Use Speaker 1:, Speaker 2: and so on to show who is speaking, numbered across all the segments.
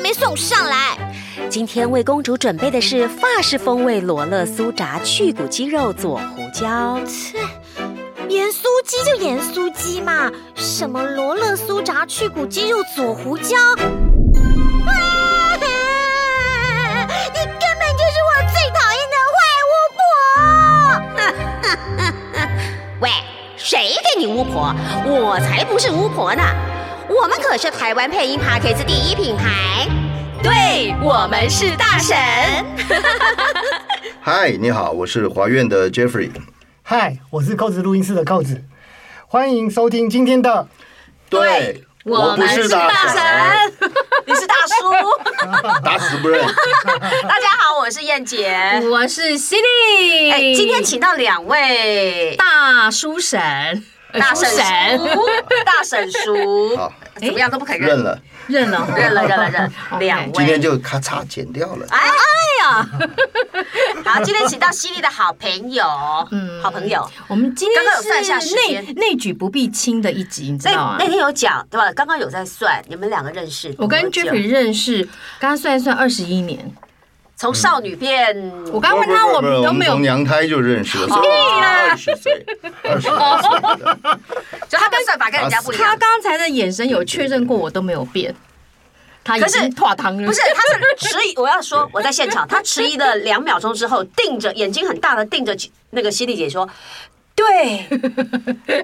Speaker 1: 没送上来？
Speaker 2: 今天为公主准备的是法式风味罗勒酥炸去骨鸡肉佐胡椒。
Speaker 1: 切，盐酥鸡就盐酥鸡嘛，什么罗勒酥炸去骨鸡肉佐胡椒？啊！你根本就是我最讨厌的坏巫婆！
Speaker 2: 喂，谁给你巫婆？我才不是巫婆呢！我们可是台湾配音 p a c k a g e 第一品牌，对我们是大神。
Speaker 3: 嗨，你好，我是华苑的 Jeffrey。
Speaker 4: 嗨，我是扣子录音室的扣子，欢迎收听今天的。
Speaker 3: 对，我不是大神，
Speaker 5: 你是大叔。
Speaker 3: 打死 不认。
Speaker 5: 大家好，我是燕姐。
Speaker 6: 我是犀利，
Speaker 5: 哎，今天请到两位
Speaker 6: 大叔神，
Speaker 5: 大
Speaker 6: 叔
Speaker 5: 婶叔，大婶叔，
Speaker 3: 好，
Speaker 5: 怎么样都不肯
Speaker 3: 认
Speaker 5: 认，
Speaker 3: 了，
Speaker 6: 认了哦，
Speaker 5: 认了，认了，认了，两
Speaker 3: 今天
Speaker 5: 位。
Speaker 3: 就咔嚓剪掉了。
Speaker 5: 哎哎呀，好，今天请到犀利的好朋友，嗯，好朋友。
Speaker 6: 我们今天
Speaker 5: 刚刚有算一下时
Speaker 6: 是
Speaker 5: 间
Speaker 6: 内内举不避亲的一集，你知
Speaker 5: 那
Speaker 6: 道吗
Speaker 5: 那？天有讲对吧？刚刚有在算，你们两个认识多久？
Speaker 6: 我跟 Jeffrey 认识，刚刚算一算二十一年。
Speaker 5: 从少女变，
Speaker 6: 我
Speaker 5: 哎
Speaker 6: 刚问他，
Speaker 3: 不不不
Speaker 6: 我
Speaker 3: 不
Speaker 6: 们都没
Speaker 3: 我
Speaker 6: 有
Speaker 3: 从，娘胎就认识了，所以我二十岁，二十岁的。
Speaker 5: 就他跟算法跟人家不一
Speaker 6: 他
Speaker 5: 样。
Speaker 6: 刚才的眼神有确认过，我都没有变。他已
Speaker 5: 可是
Speaker 6: 经垮堂了，
Speaker 5: 不是，他是迟疑。我 要说，我在现场，他迟疑了两秒钟之后，定着眼睛很大的定着那个犀利姐说：“对。”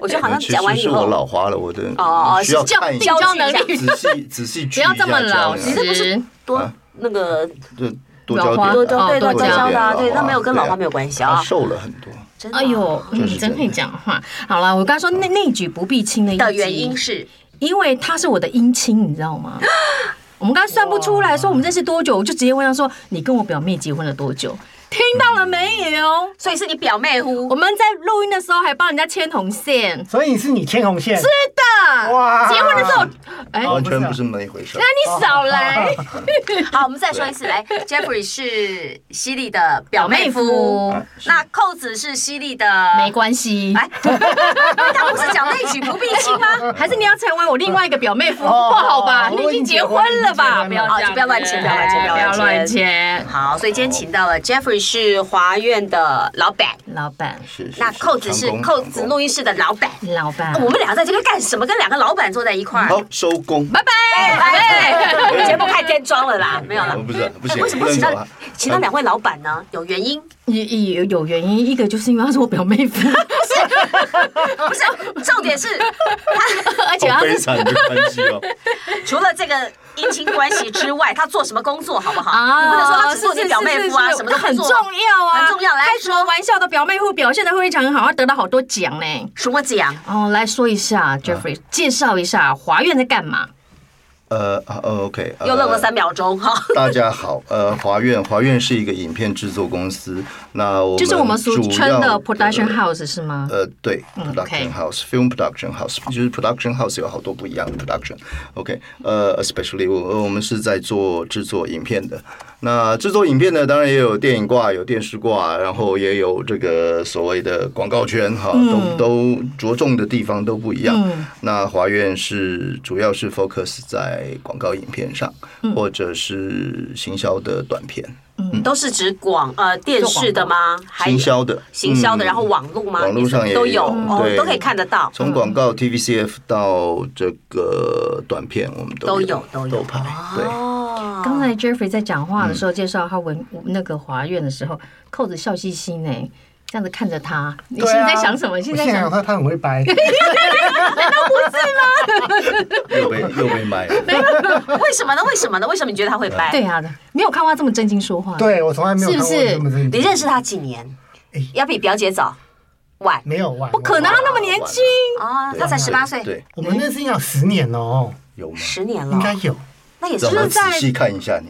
Speaker 5: 我就好像
Speaker 3: 其实
Speaker 5: 讲完以
Speaker 3: 是我
Speaker 5: 后，
Speaker 3: 老嗯花了，我的
Speaker 5: 哦哦
Speaker 3: 需要
Speaker 5: 是这样
Speaker 3: 看一
Speaker 5: 这
Speaker 3: 下
Speaker 5: 样，
Speaker 6: 交哎能力，
Speaker 3: 仔细仔细
Speaker 6: 不
Speaker 3: 去
Speaker 6: 要这么老
Speaker 5: 这不
Speaker 6: 实。
Speaker 5: 多
Speaker 3: 啊
Speaker 5: 那个
Speaker 3: 就多交点，
Speaker 6: 老花
Speaker 5: 多
Speaker 6: 哦多
Speaker 5: 多
Speaker 6: 交
Speaker 5: 对
Speaker 6: 多
Speaker 5: 多交的啊，
Speaker 3: 交
Speaker 5: 对，那没有跟老花
Speaker 3: 对
Speaker 5: 没有关系
Speaker 3: 他
Speaker 5: 啊。
Speaker 3: 瘦了很多，
Speaker 5: 真的啊
Speaker 6: 哎呦，
Speaker 3: 就是
Speaker 6: 你
Speaker 3: 这
Speaker 6: 真
Speaker 3: 样
Speaker 6: 会讲话。好啦，我刚说内内举不避亲的一
Speaker 5: 的
Speaker 6: 集
Speaker 5: 原因是
Speaker 6: 因为他是我的姻亲，你知道吗？我们刚才算不出来，说我们认识多久，我就直接问他说：“你跟我表妹结婚了多久？”听到了没有？
Speaker 5: 所以是你表妹呼
Speaker 6: 我，们在录音的时候还帮人家牵红线，
Speaker 4: 所以是你牵红线，是
Speaker 6: 是的。啊
Speaker 4: 哇
Speaker 6: 结婚的时候，哎、
Speaker 3: 完全不是那么一回事。
Speaker 6: 那你少来，
Speaker 5: 好，我们再说一次，来，Jeffrey 是犀利的
Speaker 6: 表
Speaker 5: 表妹
Speaker 6: 妹
Speaker 5: 夫
Speaker 6: 夫，
Speaker 5: 那扣子是犀利的，
Speaker 6: 没关系。
Speaker 5: 哎， 他不是讲内举不避亲吗？
Speaker 6: 还是你要成为我另外一个表妹夫，不
Speaker 4: 哦
Speaker 6: 好吧？
Speaker 4: 哦
Speaker 6: 你已经结婚了吧？
Speaker 4: 我已经结婚了
Speaker 6: 不要这样
Speaker 5: 哦就不要乱
Speaker 6: 子
Speaker 5: 牵不要乱
Speaker 6: 哎
Speaker 5: 牵不
Speaker 6: 不
Speaker 5: 要
Speaker 6: 要
Speaker 5: 乱
Speaker 6: 乱
Speaker 5: 牵
Speaker 6: 牵。
Speaker 5: 好，所以今天请到了 Jeffrey 是华苑的老板，
Speaker 6: 老板，
Speaker 3: 是是
Speaker 5: 那
Speaker 3: 是
Speaker 5: 扣子是
Speaker 3: 长工
Speaker 5: 扣
Speaker 3: 长
Speaker 5: 子
Speaker 3: 工
Speaker 5: 录音室的老板。
Speaker 6: 老板
Speaker 5: 哦我，们两个在这边干什么？跟两个老板坐在一块儿，
Speaker 3: 好收工，
Speaker 6: 拜拜。
Speaker 5: 对，节目开天窗了啦，没有啦
Speaker 3: 哦我。不是不
Speaker 5: 哎
Speaker 3: 行，
Speaker 5: 为什么
Speaker 3: 不能
Speaker 5: 请
Speaker 3: 走
Speaker 5: 到
Speaker 3: 啊？
Speaker 5: 请到两位老板呢？有原因？
Speaker 6: 有有有原因，一个就是因为她是我表妹夫，
Speaker 5: 不是，重点是
Speaker 6: 而且
Speaker 3: 好
Speaker 5: 啊
Speaker 6: 她
Speaker 3: 悲
Speaker 6: 是
Speaker 3: 惨的关系 哦，
Speaker 5: 除了这个姻亲关系之外，他做什么工作好不好？你哦不能说他
Speaker 6: 啊，
Speaker 5: 只做你表妹夫啊，
Speaker 6: 是是是
Speaker 5: 什么都不
Speaker 6: 很
Speaker 5: 做
Speaker 6: 重要啊，
Speaker 5: 很重要来
Speaker 6: 开什么玩笑的表妹夫表现的非常好，她得到好多奖呢。
Speaker 5: 什么讲？
Speaker 6: 哦，来说一
Speaker 3: 啊
Speaker 6: 下 Jeffrey，、介绍一下华苑在干嘛？
Speaker 3: 呃啊呃 OK，呃
Speaker 5: 又愣了三秒钟哈。
Speaker 3: 大家好，呃，华苑，华苑是一个影片制作公司，那我们
Speaker 6: 就是我们俗
Speaker 3: 主
Speaker 6: 称
Speaker 3: 要
Speaker 6: 的 production house 是吗？
Speaker 3: 呃，对
Speaker 6: 嗯
Speaker 3: ，production
Speaker 6: ，OK
Speaker 3: house，film production house，就是 production house 有好多不一样的 production。OK，呃，especially 我我们是在做制作影片的。那制作影片呢，当然也有电影挂，有电视挂，然后也有这个所谓的广告圈哈，
Speaker 5: 嗯
Speaker 3: 都都着重的地方都不一样。那华苑是主要是 focus 在广告影片上，
Speaker 5: 嗯
Speaker 3: 或者是行销的短片，
Speaker 5: 都是指广呃电视的吗？还有
Speaker 3: 行销的，
Speaker 5: 行销的，
Speaker 3: 嗯
Speaker 5: 然后网络吗？
Speaker 3: 网络上也
Speaker 5: 都有
Speaker 3: 有嗯
Speaker 5: 哦
Speaker 3: 对，
Speaker 5: 都可以看得到。
Speaker 3: 从广告 TVCF 到这个短片，我们
Speaker 5: 都
Speaker 3: 都
Speaker 5: 有都有
Speaker 3: 都拍，对，
Speaker 5: 哦，
Speaker 6: 刚才 Jeffrey 在讲话的时候，介绍他文那个华苑的时候，扣着笑嘻嘻呢，这样子看着他，你
Speaker 4: 对
Speaker 6: 心
Speaker 4: 啊
Speaker 6: 里在想什么？
Speaker 4: 我
Speaker 6: 你
Speaker 4: 现
Speaker 6: 心里在
Speaker 4: 在想
Speaker 6: 想
Speaker 4: 他他很会 掰，
Speaker 3: 又被又被卖了。
Speaker 5: 为什么呢？为什么呢？为什么你觉得他会掰？
Speaker 6: 对啊，没有看过他这么真心说话。，
Speaker 4: 对我从来没有看过
Speaker 6: 是不是
Speaker 4: 这么认
Speaker 5: 你
Speaker 4: 真，
Speaker 5: 认识他几年
Speaker 4: 哎？
Speaker 5: 要比表姐早，晚
Speaker 4: 没有哇，
Speaker 6: 不可能，他那么年轻。
Speaker 5: 啊，他才十八岁，
Speaker 3: 嗯对，
Speaker 4: 我们认识应该有十年哦，
Speaker 3: 有吗？
Speaker 5: 十年了
Speaker 4: 应，该有，
Speaker 5: 那也
Speaker 3: 让我
Speaker 5: 是
Speaker 3: 仔
Speaker 5: 在
Speaker 3: 细看一 下你，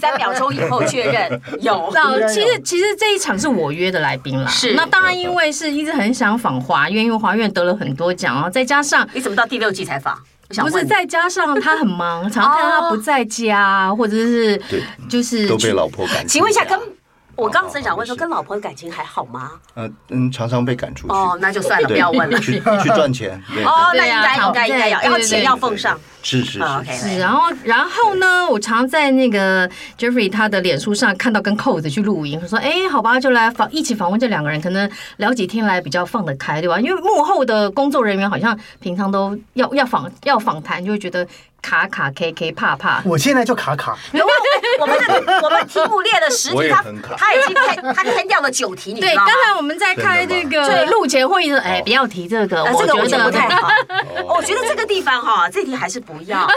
Speaker 5: 三秒钟以后确认有。
Speaker 6: 那其实其实这一场是我约的来宾啦，
Speaker 5: 是
Speaker 6: 那当然因为是一直很想访华苑，因为华苑得了很多奖，然后再加上
Speaker 5: 你怎么到第六季才访？我想
Speaker 6: 不
Speaker 5: 问
Speaker 6: 是
Speaker 5: 哦你
Speaker 6: 再加上他很 忙，常常看到他不在家，或者是
Speaker 3: 对
Speaker 6: 就是
Speaker 3: 都被老婆赶出家。
Speaker 5: 请问一下，跟我刚刚
Speaker 3: 好
Speaker 5: 正想问说，
Speaker 3: 没事
Speaker 5: 跟老婆的感情还好吗？
Speaker 3: 呃嗯，常常被赶出去。
Speaker 5: 哦，那就算了，
Speaker 3: 对
Speaker 5: 不要问了。
Speaker 3: 去去赚钱。对，
Speaker 5: 哦，那
Speaker 6: 对
Speaker 5: 应
Speaker 6: 啊
Speaker 5: 该应该
Speaker 6: 对
Speaker 5: 应该要，
Speaker 6: 对
Speaker 5: 要
Speaker 6: 对
Speaker 5: 钱
Speaker 6: 对
Speaker 5: 要奉上。
Speaker 3: 是是是
Speaker 5: 好，OK，
Speaker 6: 是，然后然后呢，我常在那个 Jeffrey 他的脸书上看到跟 Code 去露营，说哎，好吧，就来访一起访问这两个人，可能聊几天来比较放得开，对吧？因为幕后的工作人员好像平常都要要访要访谈，就会觉得卡卡 K K 怕怕。
Speaker 4: 我现在就卡卡，
Speaker 5: 有没 有？我们 的我们题目列了十
Speaker 3: 我
Speaker 5: 题，
Speaker 3: 也
Speaker 5: 他
Speaker 3: 很卡
Speaker 5: 他已经他他吞掉了九题，你
Speaker 6: 对，
Speaker 5: 知道
Speaker 6: 刚
Speaker 5: 吗？
Speaker 6: 才我们在开这个录前会议的时候，哎，不要提这个，
Speaker 5: 呃
Speaker 6: 我
Speaker 5: 这个我觉
Speaker 6: 觉
Speaker 5: 得不太
Speaker 6: 得
Speaker 5: 好，哦我觉得这个地方哈，这题还是不 要啊，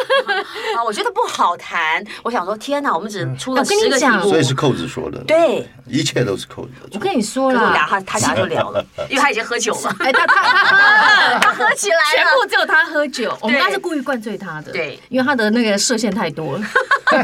Speaker 5: 我觉得不好谈。我想说，天哪，我们只出了
Speaker 6: 我跟
Speaker 5: 十
Speaker 6: 你
Speaker 5: 个题
Speaker 6: 讲
Speaker 5: 目
Speaker 3: 嗯所以，是扣子说的，，
Speaker 5: 对，
Speaker 3: 一切都是扣子的
Speaker 6: 我
Speaker 3: 错。
Speaker 6: 跟你说
Speaker 5: 我俩
Speaker 6: 啦，
Speaker 5: 他他俩就聊 了，因为他已经喝酒了，
Speaker 6: 哎，他他 他。
Speaker 5: 他喝起来
Speaker 6: 全
Speaker 5: 了。
Speaker 6: 部只有他喝酒，我们刚刚是故意灌醉他的，
Speaker 5: 对，
Speaker 6: 因为他的那个射线太多了。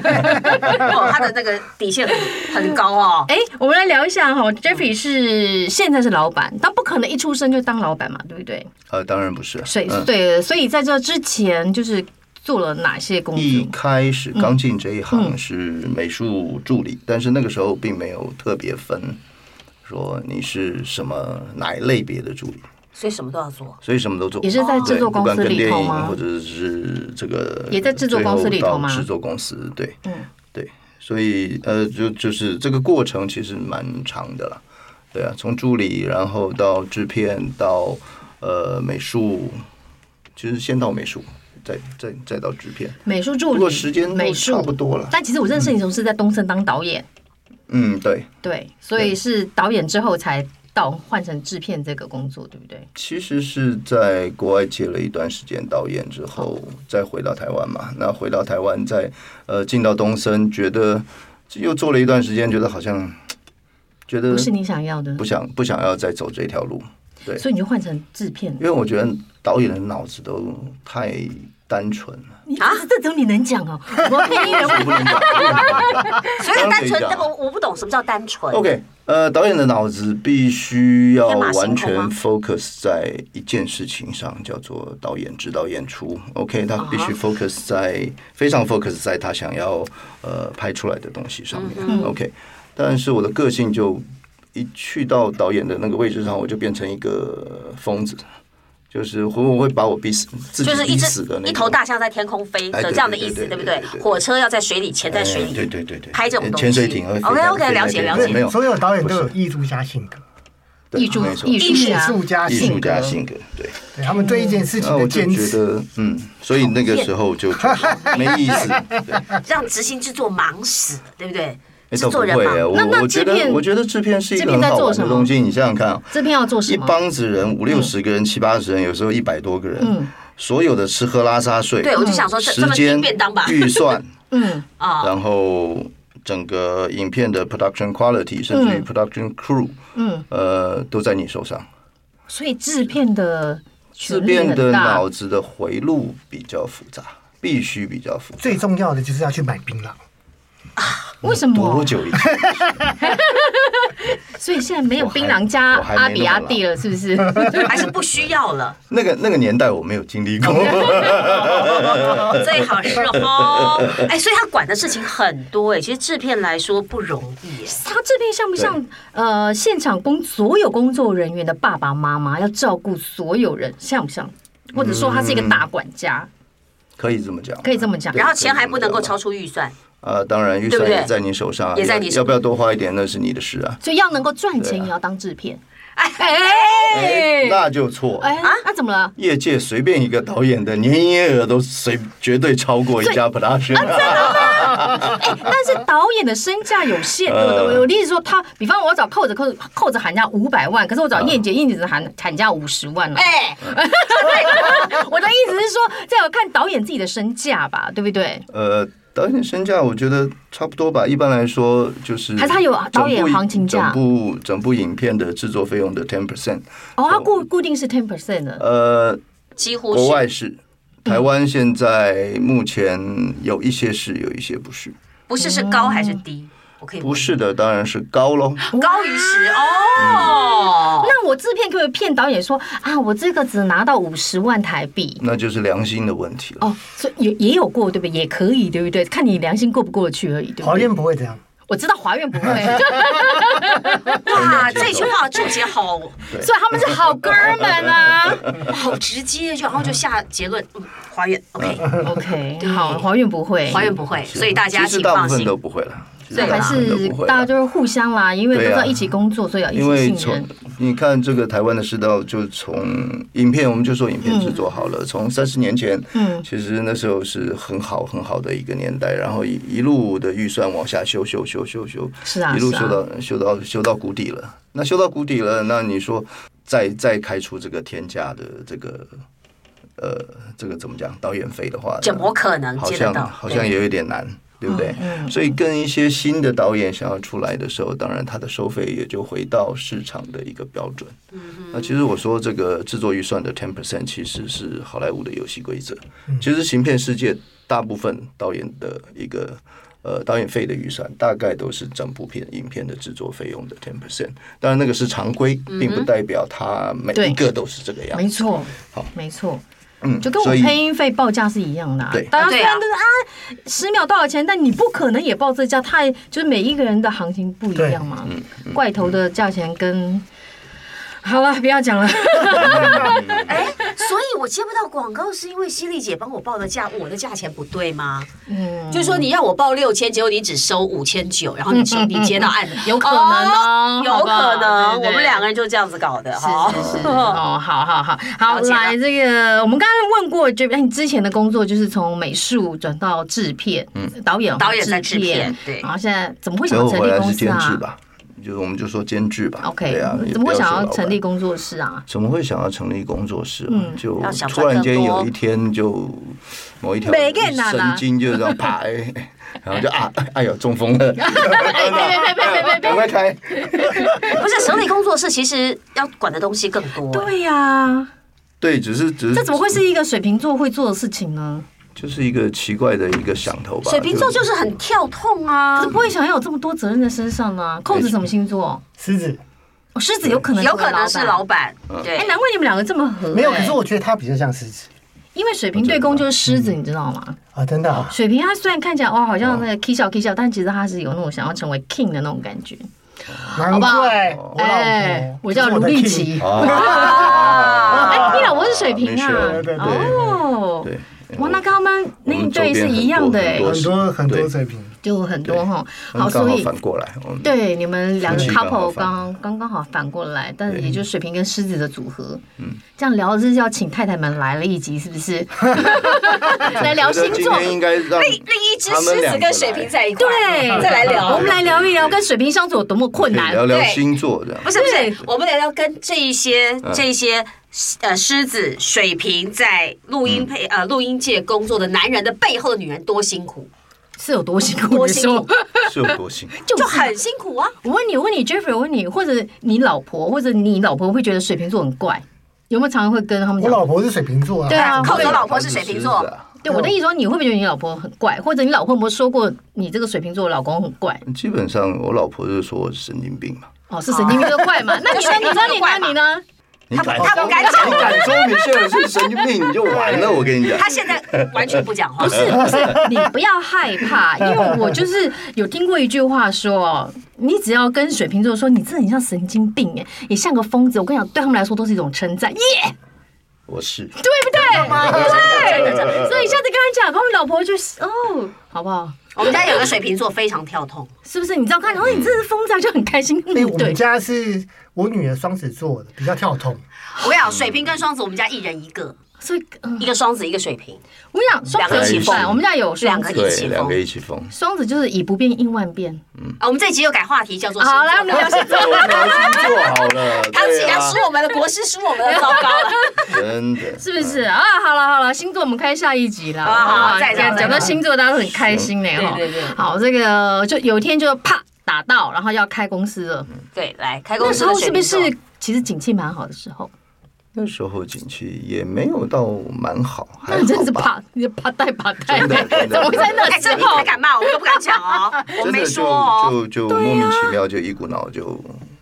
Speaker 5: 哦，他的那个底线很很高哦。
Speaker 6: 哎，我们来聊一下哈、
Speaker 3: 嗯
Speaker 6: j e f f r e y 是现在是老板，但不可能一出生就当老板嘛，对不对？
Speaker 3: 呃，当然不是，
Speaker 6: 所以、
Speaker 3: 嗯
Speaker 6: 对，所以在这之前就是做了哪些工
Speaker 3: 一
Speaker 6: 作？
Speaker 3: 开始刚进这一行是美术助理，但是那个时候并没有特别分，说你是什么哪一类别的助理，
Speaker 5: 所以什么都要做。
Speaker 3: 所以什么都做。
Speaker 6: 也是在制作
Speaker 3: 对不管
Speaker 6: 公司
Speaker 3: 跟
Speaker 6: 里
Speaker 3: 电
Speaker 6: 头
Speaker 3: 影
Speaker 6: 吗
Speaker 3: 或者是这个
Speaker 6: 也在制作公司里头吗
Speaker 3: 最后到制作公司对，嗯，对，所以呃，就就是这个过程其实蛮长的了，对啊，从助理然后到制片到呃美术，其实先到美术，再再再到制片，
Speaker 6: 美术助
Speaker 3: 不过
Speaker 6: 理，
Speaker 3: 时间
Speaker 6: 美
Speaker 3: 都差不
Speaker 6: 术。
Speaker 3: 多了，
Speaker 6: 但其实我认识你的时候是在东森当导演，
Speaker 3: 嗯，对。
Speaker 6: 对，所以是导演之后才到换成制片这个工作，对不对？
Speaker 3: 其实是在国外接了一段时间导演之后，再回到台湾嘛。那回到台湾再，呃进到东森，觉得又做了一段时间，觉得好像觉得
Speaker 6: 不是你想要的
Speaker 3: 呃不，想不想要再走这条路，对
Speaker 6: 所以你就换成制片
Speaker 3: 因。为我觉得导演的脑子都太单纯 了，
Speaker 6: 你啊，这只有你能讲哦，
Speaker 3: 啊
Speaker 6: 我们配音员
Speaker 3: 我不能讲。啊
Speaker 5: 所以
Speaker 3: 当
Speaker 5: 单纯，
Speaker 3: 然可以讲
Speaker 5: 我我不懂什么叫单纯。
Speaker 3: OK，呃，导演的脑子必须要
Speaker 5: 天马行
Speaker 3: 完
Speaker 5: 空
Speaker 3: 全
Speaker 5: 吗
Speaker 3: focus 在一件事情上，叫做导演指导演出。OK，他必须 focus 在非常 focus 在他想要呃拍出来的东西上面。OK，但是我的个性就一去到导演的那个位置上，我就变成一个疯子，就是会我会把我逼死，自己
Speaker 5: 就是一
Speaker 3: 逼
Speaker 5: 只
Speaker 3: 死的那种
Speaker 5: 一头大象在天空飞
Speaker 3: 哎
Speaker 5: 的
Speaker 3: 对
Speaker 5: 这样的意思，
Speaker 3: 对
Speaker 5: 对
Speaker 3: 对
Speaker 5: 不
Speaker 3: 对
Speaker 5: 对
Speaker 3: 对对？对
Speaker 5: 火车要在水里，钱在水
Speaker 3: 哎
Speaker 5: 里，
Speaker 3: 对对对对，
Speaker 5: 拍这种东西
Speaker 3: 潜水艇会飞
Speaker 5: OK，OK，
Speaker 3: 在
Speaker 5: 了解
Speaker 3: 飞在
Speaker 5: 了
Speaker 3: 天
Speaker 5: 解
Speaker 3: 没有
Speaker 4: 所有导演都有
Speaker 3: 不是
Speaker 4: 艺术家性格，
Speaker 3: 对
Speaker 6: 艺术
Speaker 3: 没错
Speaker 6: 艺术
Speaker 4: 艺术家
Speaker 3: 艺
Speaker 4: 性
Speaker 3: 术
Speaker 4: 格
Speaker 3: 家，性格对。
Speaker 4: 对他们对一件事情
Speaker 3: 那
Speaker 6: 呃
Speaker 3: 我
Speaker 4: 的
Speaker 3: 就
Speaker 4: 坚
Speaker 3: 觉
Speaker 4: 持。
Speaker 3: 得，嗯，所以那个时候就觉得没意 思。对，
Speaker 5: 让执行制作忙死，对不对？
Speaker 3: 哎
Speaker 5: 制
Speaker 3: 倒不
Speaker 5: 作人
Speaker 3: 会
Speaker 5: 忙
Speaker 3: 啊，
Speaker 6: 那那
Speaker 3: 我我觉
Speaker 6: 制片
Speaker 3: 得，我觉得制片是一
Speaker 6: 制
Speaker 3: 个很
Speaker 6: 片在
Speaker 3: 好
Speaker 6: 做
Speaker 3: 玩
Speaker 6: 什
Speaker 3: 的
Speaker 6: 么嗯
Speaker 3: 东西。你想想看啊，
Speaker 6: 制片要做 什
Speaker 3: 一
Speaker 6: 么？
Speaker 3: 帮子人，五六十个人、七八十人，有时候一百多个
Speaker 6: 嗯
Speaker 3: 人，所有的吃喝拉撒睡，
Speaker 5: 对，我就想说这这
Speaker 3: 时
Speaker 5: 么
Speaker 3: 间
Speaker 5: 订便当吧、
Speaker 3: 预 算，
Speaker 6: 嗯，
Speaker 5: 啊，
Speaker 3: 然后整个影片的 production quality，甚至于 production crew，
Speaker 6: 嗯，
Speaker 3: 呃，都在你手上。
Speaker 6: 所以制片的
Speaker 3: 制
Speaker 6: 权力
Speaker 3: 片的
Speaker 6: 很大
Speaker 3: 脑，子的回路比较复杂，必须比较复杂。
Speaker 4: 最重要的就是要去买槟榔，
Speaker 6: 为什么
Speaker 3: 多？久以前？
Speaker 6: 所以现在没有
Speaker 3: 我还
Speaker 6: 槟榔加
Speaker 3: 我还没啊
Speaker 6: 阿比亚蒂了，是不 是？
Speaker 5: 还是不需 要了，
Speaker 3: 那个那个年代我没有经历
Speaker 6: 哦
Speaker 3: 过，
Speaker 5: 最好是哦。哎，所以他管的事情很多哎，其实制片来说不容易哎。
Speaker 6: 他这边像不像呃，现场工所有工作人员的爸爸妈妈要照顾所有人，像不像？或者说他是一个大管家，
Speaker 3: 可以这么讲，
Speaker 6: 可以这么讲
Speaker 3: 嗯对
Speaker 5: 然后钱还不能够超
Speaker 3: 可以
Speaker 5: 出预算，
Speaker 3: 这么讲啊，当然预
Speaker 5: 对不
Speaker 3: 算
Speaker 5: 对
Speaker 3: 也在你手上啊，
Speaker 5: 也在你
Speaker 3: 要
Speaker 5: 手
Speaker 3: 要不要多花一点那是你的事啊，
Speaker 6: 所以要能够赚钱
Speaker 3: 对啊
Speaker 6: 也要当制片。
Speaker 5: 哎
Speaker 6: 哎
Speaker 3: 那啊就错了。
Speaker 6: 哎，那怎么了？
Speaker 3: 业界随便一个导演的年营业额都随绝对超过一家 production，
Speaker 6: 啊哎，但是导演的身价有限，
Speaker 3: 呃
Speaker 6: 我的我的意思说，他比方我要找扣子，扣子扣子喊价五百万，可是我找燕姐，燕姐只喊喊价五十万了。
Speaker 5: 哎，
Speaker 6: 我的意思是说，在我看导演自己的身价吧，对不对？
Speaker 3: 呃。导演身价我觉得差不多吧，一般来说就是
Speaker 6: 还是他有导演
Speaker 3: 整部
Speaker 6: 行情
Speaker 3: 整
Speaker 6: 价
Speaker 3: 部整部影片的制作费用的 ten percent，
Speaker 6: 哦，他固固定是 ten percent 的，
Speaker 3: 呃，
Speaker 5: 几乎
Speaker 3: 国
Speaker 5: 是
Speaker 3: 外是，台湾
Speaker 6: 嗯
Speaker 3: 现在目前有一些是，有一些不是，
Speaker 5: 不是是高还是低？我可以
Speaker 3: 不是的当然是高喽。
Speaker 5: 高于十哦。
Speaker 6: 那我制片可不可以骗导演说啊，我这个只拿到五十万台币？
Speaker 3: 那就是良心的问题了。
Speaker 6: 哦，所以也也有过，对不对？也可以，对不对？看你良心过不过得去而已，对不
Speaker 4: 华
Speaker 6: 对？
Speaker 4: 院不会这样。
Speaker 6: 我知道华苑 不会，
Speaker 3: 嗯
Speaker 5: 哇，这句话注解好
Speaker 6: 所以他们是好哥们啊。
Speaker 5: 好直接，就然后就下结论，嗯华远，OK，
Speaker 6: OK，
Speaker 5: 对
Speaker 6: 好，华苑不会，
Speaker 5: 华远不会，所以大家
Speaker 3: 其实
Speaker 5: 请
Speaker 3: 大
Speaker 5: 放
Speaker 3: 部分
Speaker 5: 心
Speaker 3: 都。不会了，其实
Speaker 5: 对
Speaker 6: 还
Speaker 3: 大部分都
Speaker 6: 是
Speaker 3: 不会啦
Speaker 6: 大家就是互相啦，因为都
Speaker 3: 对啊
Speaker 6: 要一起工作，所以要一
Speaker 3: 因为
Speaker 6: 起信
Speaker 3: 从
Speaker 6: 任。
Speaker 3: 你看这个台湾的世道，就从影片，我们就说影片制作好了。从三十年前，
Speaker 6: 嗯
Speaker 3: 其实那时候是很好很好的一个年代，然后一一路的预算往下修修修修修，
Speaker 6: 是啊
Speaker 3: 一路
Speaker 6: 是啊
Speaker 3: 修到修到修到谷底了。那修到谷底了，那你说再再开出这个天价的这个呃这个怎么讲导演费的话，
Speaker 5: 怎么可能
Speaker 3: 好
Speaker 5: 接得
Speaker 3: 像
Speaker 5: 到？
Speaker 3: 好
Speaker 5: 对
Speaker 3: 像也有点难，对不对？
Speaker 6: 嗯
Speaker 3: 所以跟一些新的导演想要出来的时候，当然他的收费也就回到市场的一个标准。
Speaker 6: 嗯
Speaker 3: 那其实我说这个制作预算的 ten percent 其实是好莱坞的游戏规则。其实行骗世界大部分导演的一个。呃，导演费的预算大概都是整部片影片的制作费用的 ten percent，当然那个是常规，并不代表它每
Speaker 6: 嗯对
Speaker 3: 一个都是这个样子。
Speaker 6: 没错，
Speaker 3: 好，
Speaker 6: 没错，
Speaker 3: 嗯，
Speaker 6: 就跟我
Speaker 3: 所以
Speaker 6: 配音费报价是一样的、啊
Speaker 3: 对。
Speaker 6: 大家
Speaker 5: 啊对
Speaker 6: 虽
Speaker 5: 啊
Speaker 6: 然都是啊十秒多少钱，但你不可能也报这价，太就是每一个人的行情不一样嘛。
Speaker 3: 嗯
Speaker 6: 怪头的价钱跟好了，不要 讲了。
Speaker 5: 所以我接不到广告，是因为犀利姐帮我报的价，我的价钱不对吗？
Speaker 6: 嗯，
Speaker 5: 就是说你要我报六千，结果你只收五千九，然后你收你接到案子，
Speaker 6: 有可能哦
Speaker 5: 有
Speaker 6: 好不好
Speaker 5: 可能，
Speaker 6: 对对
Speaker 5: 我们两个人就这样子搞的，好。
Speaker 6: 是是是，哦，好好好好，
Speaker 5: 了解了
Speaker 6: 来这个，我们刚刚问过，就哎，你之前的工作就是从美术转到制片，
Speaker 3: 嗯
Speaker 6: 导演
Speaker 5: 导演
Speaker 6: 在
Speaker 5: 在制片对
Speaker 6: 然后现在怎么会
Speaker 3: 最
Speaker 6: 想
Speaker 3: 后
Speaker 6: 成
Speaker 3: 回
Speaker 6: 立
Speaker 3: 来
Speaker 6: 公
Speaker 3: 是
Speaker 6: 司
Speaker 3: 监制
Speaker 6: 啊
Speaker 3: 吧，就是我们就说监制吧。
Speaker 6: ？OK，
Speaker 3: 对啊，也
Speaker 6: 怎么会
Speaker 3: 不
Speaker 6: 想
Speaker 3: 说
Speaker 6: 要
Speaker 3: 老
Speaker 6: 成
Speaker 3: 板
Speaker 6: 立？工作室啊？
Speaker 3: 怎么会想要成立工作室嘛？
Speaker 6: 嗯
Speaker 3: 就
Speaker 5: 要想
Speaker 3: 突
Speaker 5: 赚
Speaker 3: 然
Speaker 5: 更
Speaker 3: 间有
Speaker 5: 多
Speaker 3: 一天就某一条
Speaker 6: 没干呐啦
Speaker 3: 神经就这样啪，哎 哎然后就啊，哎呦中风了，
Speaker 6: 哎，别别别别别别别！
Speaker 3: 赶快开。
Speaker 5: 不是手里工作室，其实要管的东西更多。，
Speaker 6: 对呀、
Speaker 3: 对，只是只是
Speaker 6: 这怎么会是一个水瓶座会做的事情呢？
Speaker 3: 就是一个奇怪的一个想头吧？
Speaker 5: 水瓶座就是很跳痛啊
Speaker 6: 可是，不会想要有这么多责任在身上呢、扣子什么星座？
Speaker 4: 狮子
Speaker 6: 哦，狮子有可能
Speaker 5: 有可能是老
Speaker 6: 板。
Speaker 5: 板。
Speaker 6: 哎，
Speaker 5: 对，
Speaker 6: 难怪你们两个这么合、
Speaker 4: 没有，
Speaker 6: 哎
Speaker 4: 可是我觉得他比较像狮子
Speaker 6: 因为水瓶对宫就是狮子，你知道吗？
Speaker 3: 哦
Speaker 4: 啊，真的啊，
Speaker 6: 水瓶他虽然看起来哇，好像那个 K 笑 K 笑，但其实他是有那种想要成为 king 的那种感觉。
Speaker 4: 难怪我老
Speaker 6: 哎
Speaker 4: 婆，，
Speaker 6: 我叫卢立奇。
Speaker 5: 啊，
Speaker 6: 哎，你老婆是水瓶啊
Speaker 3: 没事？
Speaker 4: 对对对
Speaker 6: 哦，
Speaker 3: 对，
Speaker 6: 哇，那跟他们那一对是一样的 哎
Speaker 3: 我，
Speaker 4: 很
Speaker 3: 们周边
Speaker 4: 多很多
Speaker 3: 对
Speaker 4: 水平，
Speaker 6: 就很多哈。
Speaker 3: 那刚
Speaker 6: 好，所
Speaker 3: 好
Speaker 6: 以
Speaker 3: 反过来，我们
Speaker 6: 对你们两个
Speaker 3: 夫妻刚好
Speaker 6: couple
Speaker 3: 反
Speaker 6: 刚刚刚好反过来，但也就是水瓶跟狮子的组合。嗯，这样聊是要请太太们来了一集，是 不是？来聊
Speaker 3: 觉得
Speaker 6: 星
Speaker 3: 今
Speaker 6: 座。
Speaker 3: 天应该让另
Speaker 5: 另一只狮子跟水瓶在一块，
Speaker 6: 对，
Speaker 5: 再来聊
Speaker 6: 我们来聊一聊跟水瓶相处有多么困难。
Speaker 3: 聊聊
Speaker 5: 对
Speaker 3: 星座这样
Speaker 5: 不。是不是，我们得要跟这一些、
Speaker 3: 嗯
Speaker 5: 这一些呃狮子、水瓶在录
Speaker 3: 嗯
Speaker 5: 音配、呃录音界工作的男人的背后的女人多辛苦，
Speaker 6: 是有多辛苦？
Speaker 5: 多
Speaker 6: 你
Speaker 5: 辛
Speaker 6: 说
Speaker 5: 苦
Speaker 3: 是有多辛苦？
Speaker 5: 就很辛苦啊。
Speaker 6: 我问你，我问你，Jeffrey，我问你，或者你老婆，或者你老婆会觉得水瓶座很怪，有没有常常会跟他们
Speaker 4: 我
Speaker 6: 讲？
Speaker 4: 老婆是水瓶座啊，
Speaker 6: 对啊，
Speaker 5: 扣
Speaker 6: 会
Speaker 5: 哎着老婆是水瓶座
Speaker 3: 狮子，啊
Speaker 6: 对我的意思说，你会不会觉得你老婆很怪，或者你老婆有没有说过你这个水瓶座的老公很怪？
Speaker 3: 基本上我老婆就说我是神经病嘛。
Speaker 6: 哦，是神经病就怪 嘛？那你呢？你呢？你呢？你呢？
Speaker 3: 你
Speaker 5: 他
Speaker 3: 敢
Speaker 5: 他不敢讲
Speaker 3: 你敢说你现在是神经病，你就完了。我跟你讲，
Speaker 5: 他现在完全不讲话，不是
Speaker 6: 不是，你不要害怕，因为我就是有听过一句话说，你只要跟水瓶座说你真的很像神经病哎，也像个疯子，我跟你讲，对他们来说都是一种称赞，耶、
Speaker 3: 我是
Speaker 6: 对不对？对，所以下次跟他讲，跟我们老婆就是哦，好不好？
Speaker 5: 我们家有个水瓶座非常跳痛，
Speaker 6: 是不是？你知道看，然后你真的是疯子啊，就很开心。
Speaker 4: 所以哎我
Speaker 6: 对
Speaker 4: 们，家是我女儿双子座的，比较跳痛，
Speaker 5: 我跟
Speaker 3: 嗯
Speaker 5: 你讲，水瓶跟双子，我们家一人一个，
Speaker 6: 所以嗯
Speaker 5: 一，个双子，一个水瓶，
Speaker 6: 我跟你讲，双
Speaker 5: 两
Speaker 6: 子
Speaker 5: 个
Speaker 6: 起
Speaker 3: 一起
Speaker 6: 反，我们家有双
Speaker 5: 两个
Speaker 6: 子，
Speaker 5: 一
Speaker 3: 对
Speaker 5: 起
Speaker 3: 两
Speaker 5: 疯
Speaker 3: 个。一起疯。
Speaker 6: 双子就是以不变应万变。
Speaker 3: 嗯
Speaker 5: 啊，我们这集又改话题，叫做
Speaker 6: 好，来我 们聊星座
Speaker 3: 我。们聊星座好了，
Speaker 5: 他
Speaker 3: 对
Speaker 5: 竟然
Speaker 3: 啊
Speaker 5: 输，我们的国师，输我们的，糟 糕了。
Speaker 3: 真的
Speaker 6: 是不是啊？好了好了，星座我们开下一集啦。
Speaker 5: 好啊好啊
Speaker 6: 哇
Speaker 5: 再
Speaker 6: 讲
Speaker 5: 聊
Speaker 6: 讲
Speaker 5: 再
Speaker 6: 到
Speaker 5: 聊
Speaker 6: 星座，大家都很开心呢。哈
Speaker 5: 对对对
Speaker 6: 好，这个就有一天就啪打到，然后要开公司了。
Speaker 5: 对，来开
Speaker 6: 那
Speaker 5: 公
Speaker 6: 时
Speaker 5: 司
Speaker 6: 候
Speaker 5: 的
Speaker 6: 是
Speaker 5: 水
Speaker 6: 不
Speaker 5: 瓶座
Speaker 6: 是其实景气蛮好的时
Speaker 5: 哦
Speaker 6: 候？
Speaker 3: 那时候景气也没有到蛮好，还
Speaker 6: 那你真的是
Speaker 3: 好吧。
Speaker 6: 啪，你啪带啪带，
Speaker 3: 真的真
Speaker 6: 怎
Speaker 3: 的
Speaker 6: 么会在那
Speaker 5: 哎，
Speaker 6: 时
Speaker 5: 这你
Speaker 6: 候
Speaker 5: 还？敢骂我，我都不敢讲哦，我
Speaker 3: 真
Speaker 5: 没
Speaker 3: 的
Speaker 5: 说哦。
Speaker 3: 就就就莫名其妙就一股脑就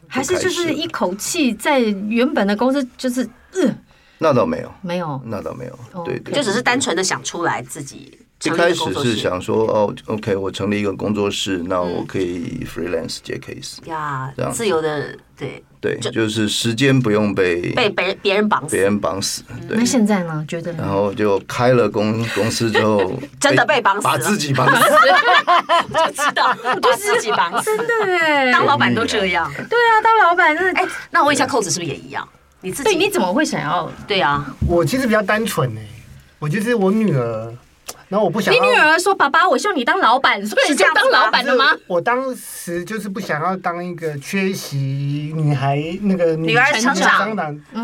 Speaker 6: 还是就
Speaker 3: 开始
Speaker 6: 是
Speaker 3: 了
Speaker 6: 一口气在原本的公司就是嗯、
Speaker 3: 那倒没有，
Speaker 6: 没有
Speaker 3: 那倒没有
Speaker 6: 哦，
Speaker 3: 对对，
Speaker 5: 就只是单纯的想出来自己
Speaker 3: 一
Speaker 5: 成立
Speaker 3: 开
Speaker 5: 的
Speaker 3: 始
Speaker 5: 工作
Speaker 3: 是
Speaker 5: 室嗯
Speaker 3: 想说哦，OK，我成立一个工作室，那我可以 freelance 接 case，、
Speaker 5: 呀
Speaker 3: 这样，子
Speaker 5: 自由的对，
Speaker 3: 对，就是时间不用被
Speaker 5: 被别人别人绑
Speaker 3: 别
Speaker 5: 死，嗯
Speaker 3: 人绑死，对
Speaker 6: 那。现在呢？觉得
Speaker 3: 然
Speaker 6: 呢？
Speaker 3: 后就开了公公司之后，
Speaker 5: 真的被绑死
Speaker 3: 把
Speaker 5: 了
Speaker 3: 自己绑 死，
Speaker 5: 我 知 道，把自己绑死。
Speaker 6: 对
Speaker 5: 当老板都这样，
Speaker 6: 对啊，当老板真的。
Speaker 5: 哎，那我问一下，扣子是不是也一样？你自己
Speaker 6: 对，你怎么会想要？
Speaker 5: 对啊，
Speaker 4: 我其实比较单纯呢、我就是我女儿，然后我不想
Speaker 6: 你
Speaker 4: 要
Speaker 6: 女儿说：“爸爸，我希望你当老板，所以
Speaker 5: 是
Speaker 6: 你
Speaker 5: 这
Speaker 6: 就
Speaker 5: 样子
Speaker 6: 当
Speaker 5: 吗
Speaker 6: 老板了吗？”
Speaker 4: 我当时就是不想要当一个缺席女孩那个女
Speaker 5: 女儿成长
Speaker 4: 女成长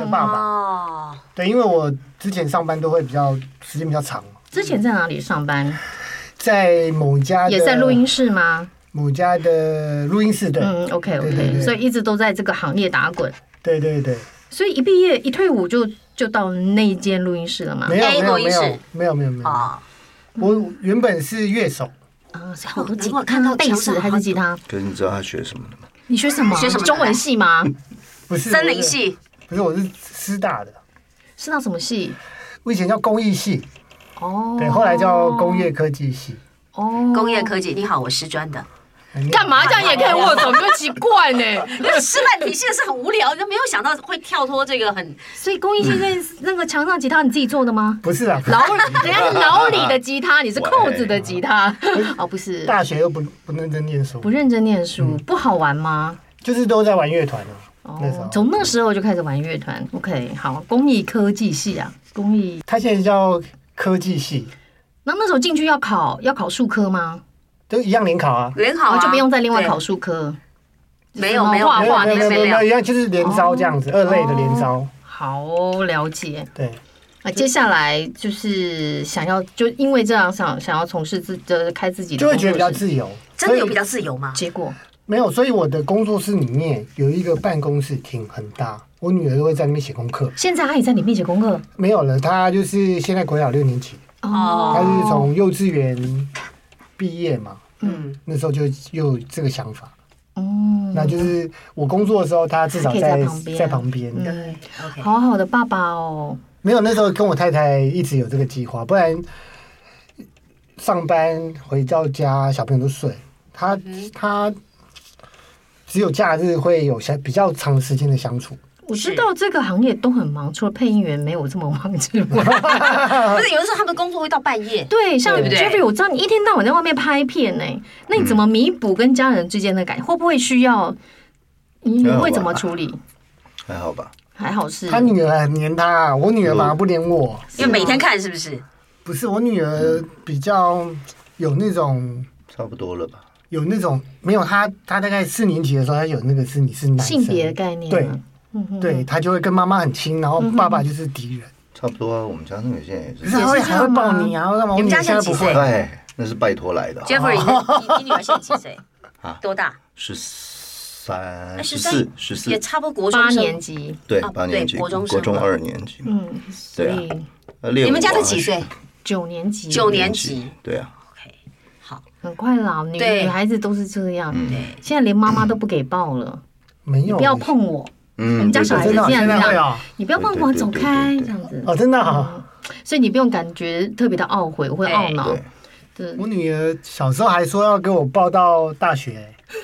Speaker 4: 的爸
Speaker 6: 嗯
Speaker 4: 爸，
Speaker 5: 哦，
Speaker 4: 对，因为我之前上班都会比较时间比较长，
Speaker 6: 之前在哪里上班？
Speaker 4: 在某家的
Speaker 6: 也在录音室吗？
Speaker 4: 某家的录音室，对，
Speaker 6: 嗯，OK
Speaker 4: 对对
Speaker 6: OK，
Speaker 4: 对
Speaker 6: 所以一直都在这个行业打滚。
Speaker 4: 对对对，
Speaker 6: 所以一毕业一退伍就就到那一间录音室了嘛。
Speaker 4: 没有
Speaker 5: A
Speaker 4: 没有
Speaker 5: 录音
Speaker 4: 没
Speaker 5: 室
Speaker 4: 有没有没有没有，
Speaker 5: 哦，
Speaker 4: 我原本是乐手，
Speaker 6: 啊，所以好多吉
Speaker 5: 难怪看到
Speaker 6: 贝
Speaker 5: 墙
Speaker 6: 斯
Speaker 5: 上
Speaker 6: 还是吉他？
Speaker 3: 可是你知道他学什么的吗？
Speaker 6: 你学什么？
Speaker 5: 学什么
Speaker 6: 中文系吗？
Speaker 4: 不是
Speaker 5: 森
Speaker 4: 我
Speaker 5: 林
Speaker 4: 是
Speaker 5: 系
Speaker 4: 不是我是师大的，
Speaker 6: 是到什么系？
Speaker 4: 我以前叫工艺系，
Speaker 6: 哦，
Speaker 4: 对，后来叫工业科技系，
Speaker 6: 哦，
Speaker 5: 工业科技，你好，我师专的。
Speaker 4: 嗯
Speaker 6: 干嘛这样也可以握手？你就奇怪呢。
Speaker 5: 因为师范体系是很无聊，就没有想到会跳脱这个很
Speaker 6: 所以工艺系那那个墙上吉他你自己做的吗？
Speaker 4: 不是啊，
Speaker 6: 老人家是老李的吉他，你是扣子的吉他， 哦，不是，
Speaker 4: 大嗯学又不不认真念书，
Speaker 6: 不认真念书，不好玩吗？
Speaker 4: 就是都在玩乐团啊。那时
Speaker 6: 哦，
Speaker 4: 候
Speaker 6: 从那时候就开始玩乐团。OK，好，工艺科技系啊，工艺。
Speaker 4: 他现在叫科技系，
Speaker 6: 那那时候进去要考要考数科吗？
Speaker 4: 都一样联考啊，
Speaker 5: 联考
Speaker 6: 然
Speaker 5: 啊，
Speaker 6: 后哦就不用再另外
Speaker 5: 对
Speaker 6: 考数科。
Speaker 5: 没有
Speaker 6: 什么
Speaker 5: 没有
Speaker 4: 没
Speaker 6: 画
Speaker 5: 没
Speaker 4: 有
Speaker 5: 有
Speaker 6: 画
Speaker 4: 没
Speaker 5: 没
Speaker 4: 有
Speaker 5: 有
Speaker 4: 没有
Speaker 5: 没
Speaker 4: 没有一
Speaker 5: 有，
Speaker 4: 样，就是连招这样子，二类的连招，
Speaker 6: 好哦，了解。
Speaker 4: 对，
Speaker 6: 那接下来就是想要，就因为这样想想要从事自呃开自己的
Speaker 4: 就
Speaker 6: 工
Speaker 4: 会
Speaker 6: 作室，
Speaker 4: 觉得比较自由。
Speaker 5: 真的有
Speaker 4: 所以
Speaker 5: 比较自由吗？
Speaker 6: 结果
Speaker 4: 没有，所以我的工作室里面有一个办公室厅，很大，我女儿都会在那边写功课。
Speaker 6: 现在阿姨在你面前功课
Speaker 4: 没有了，她就是现在国小六年级，她
Speaker 5: 哦
Speaker 4: 是从幼稚园毕业嘛，
Speaker 5: 嗯，
Speaker 4: 那时候就又有这个想法。
Speaker 6: 嗯，
Speaker 4: 那就是我工作的时候，她至少
Speaker 6: 可以在
Speaker 4: 在
Speaker 6: 旁边
Speaker 4: 在旁边。嗯
Speaker 5: 对，OK，
Speaker 6: 好好的爸爸哦，
Speaker 4: 没有，那时候跟我太太一直有这个计划，不然上班回到家小朋友都睡，他
Speaker 6: 嗯
Speaker 4: 他只有假日会有相比较长时间的相处。
Speaker 6: 我知道这个行业都很忙，除了配音员没有这么忙之外，嗯
Speaker 5: 不是有的时候他们工作会到半夜，
Speaker 6: 对，像
Speaker 5: 对不对
Speaker 6: Jeffrey，我知道你一天到晚在外面拍片呢、那你怎么弥补跟家人之间的感情？会不会需要？你你
Speaker 3: 没有
Speaker 6: 会怎么
Speaker 3: 吧
Speaker 6: 处理？
Speaker 3: 还好吧？
Speaker 6: 还好是
Speaker 4: 他女儿很黏他，我女儿嘛不黏我，
Speaker 5: 因为每天看是不是？
Speaker 4: 不是我女
Speaker 6: 嗯
Speaker 4: 儿比较有那种。
Speaker 3: 差不多了吧？
Speaker 4: 有那种没有她，她大概四年级的时候，她有那个是你是男生，
Speaker 6: 性别概念
Speaker 4: 对
Speaker 6: 吗，嗯哼
Speaker 4: 对，她就会跟妈妈很亲，然后爸爸就是敌人，
Speaker 3: 差不多啊，我们家那个现在也
Speaker 4: 可
Speaker 3: 是
Speaker 4: 是。她会
Speaker 6: 也是这
Speaker 4: 还
Speaker 6: 样
Speaker 4: 会
Speaker 6: 吗
Speaker 4: 抱你啊，干嘛？我
Speaker 5: 你们
Speaker 4: 女
Speaker 5: 家
Speaker 4: 儿现在
Speaker 5: 现在
Speaker 4: 不
Speaker 5: 几
Speaker 4: 会
Speaker 5: 岁，
Speaker 3: 哎，那是拜托来的啊，
Speaker 5: Jeffrey，你你你女儿现在几岁？
Speaker 3: 啊
Speaker 5: 多大？
Speaker 3: 十三、
Speaker 5: 哎
Speaker 3: 十
Speaker 5: 13
Speaker 3: 四、十四
Speaker 5: 也，差不多国中
Speaker 6: 八
Speaker 5: 生
Speaker 6: 年。级，
Speaker 3: 对
Speaker 5: 啊，
Speaker 3: 八
Speaker 5: 对
Speaker 3: 年级，
Speaker 5: 国中
Speaker 3: 国中
Speaker 5: 生嗯
Speaker 3: 二年级。
Speaker 6: 嗯，所
Speaker 3: 对啊
Speaker 6: 以
Speaker 3: 呃练
Speaker 5: 你们
Speaker 3: 舞
Speaker 5: 家
Speaker 3: 啊
Speaker 5: 的几
Speaker 3: 是
Speaker 5: 岁？
Speaker 6: 九年级，
Speaker 5: 九年
Speaker 3: 级
Speaker 5: 级。
Speaker 3: 对啊，
Speaker 6: 很快老女
Speaker 5: 对
Speaker 6: 女孩子都是这样，
Speaker 3: 嗯
Speaker 6: 现在连妈妈都不给抱了，
Speaker 4: 没有，
Speaker 6: 不要碰我，
Speaker 3: 嗯，
Speaker 6: 我们家小孩
Speaker 3: 对
Speaker 6: 子
Speaker 4: 真
Speaker 3: 对
Speaker 4: 的
Speaker 6: 这
Speaker 4: 啊现
Speaker 6: 样
Speaker 4: 在
Speaker 6: 这
Speaker 4: 会
Speaker 6: 样
Speaker 4: 啊，
Speaker 6: 你不要碰我，
Speaker 3: 对对对
Speaker 6: 走
Speaker 3: 对
Speaker 6: 开
Speaker 3: 对对
Speaker 6: 这样子，
Speaker 4: 哦，真的啊，
Speaker 6: 所以你不用感觉特别的懊悔或
Speaker 5: 对
Speaker 6: 懊
Speaker 3: 对
Speaker 6: 恼
Speaker 3: 对，
Speaker 6: 对，
Speaker 4: 我女儿小时候还说要给我报到大学，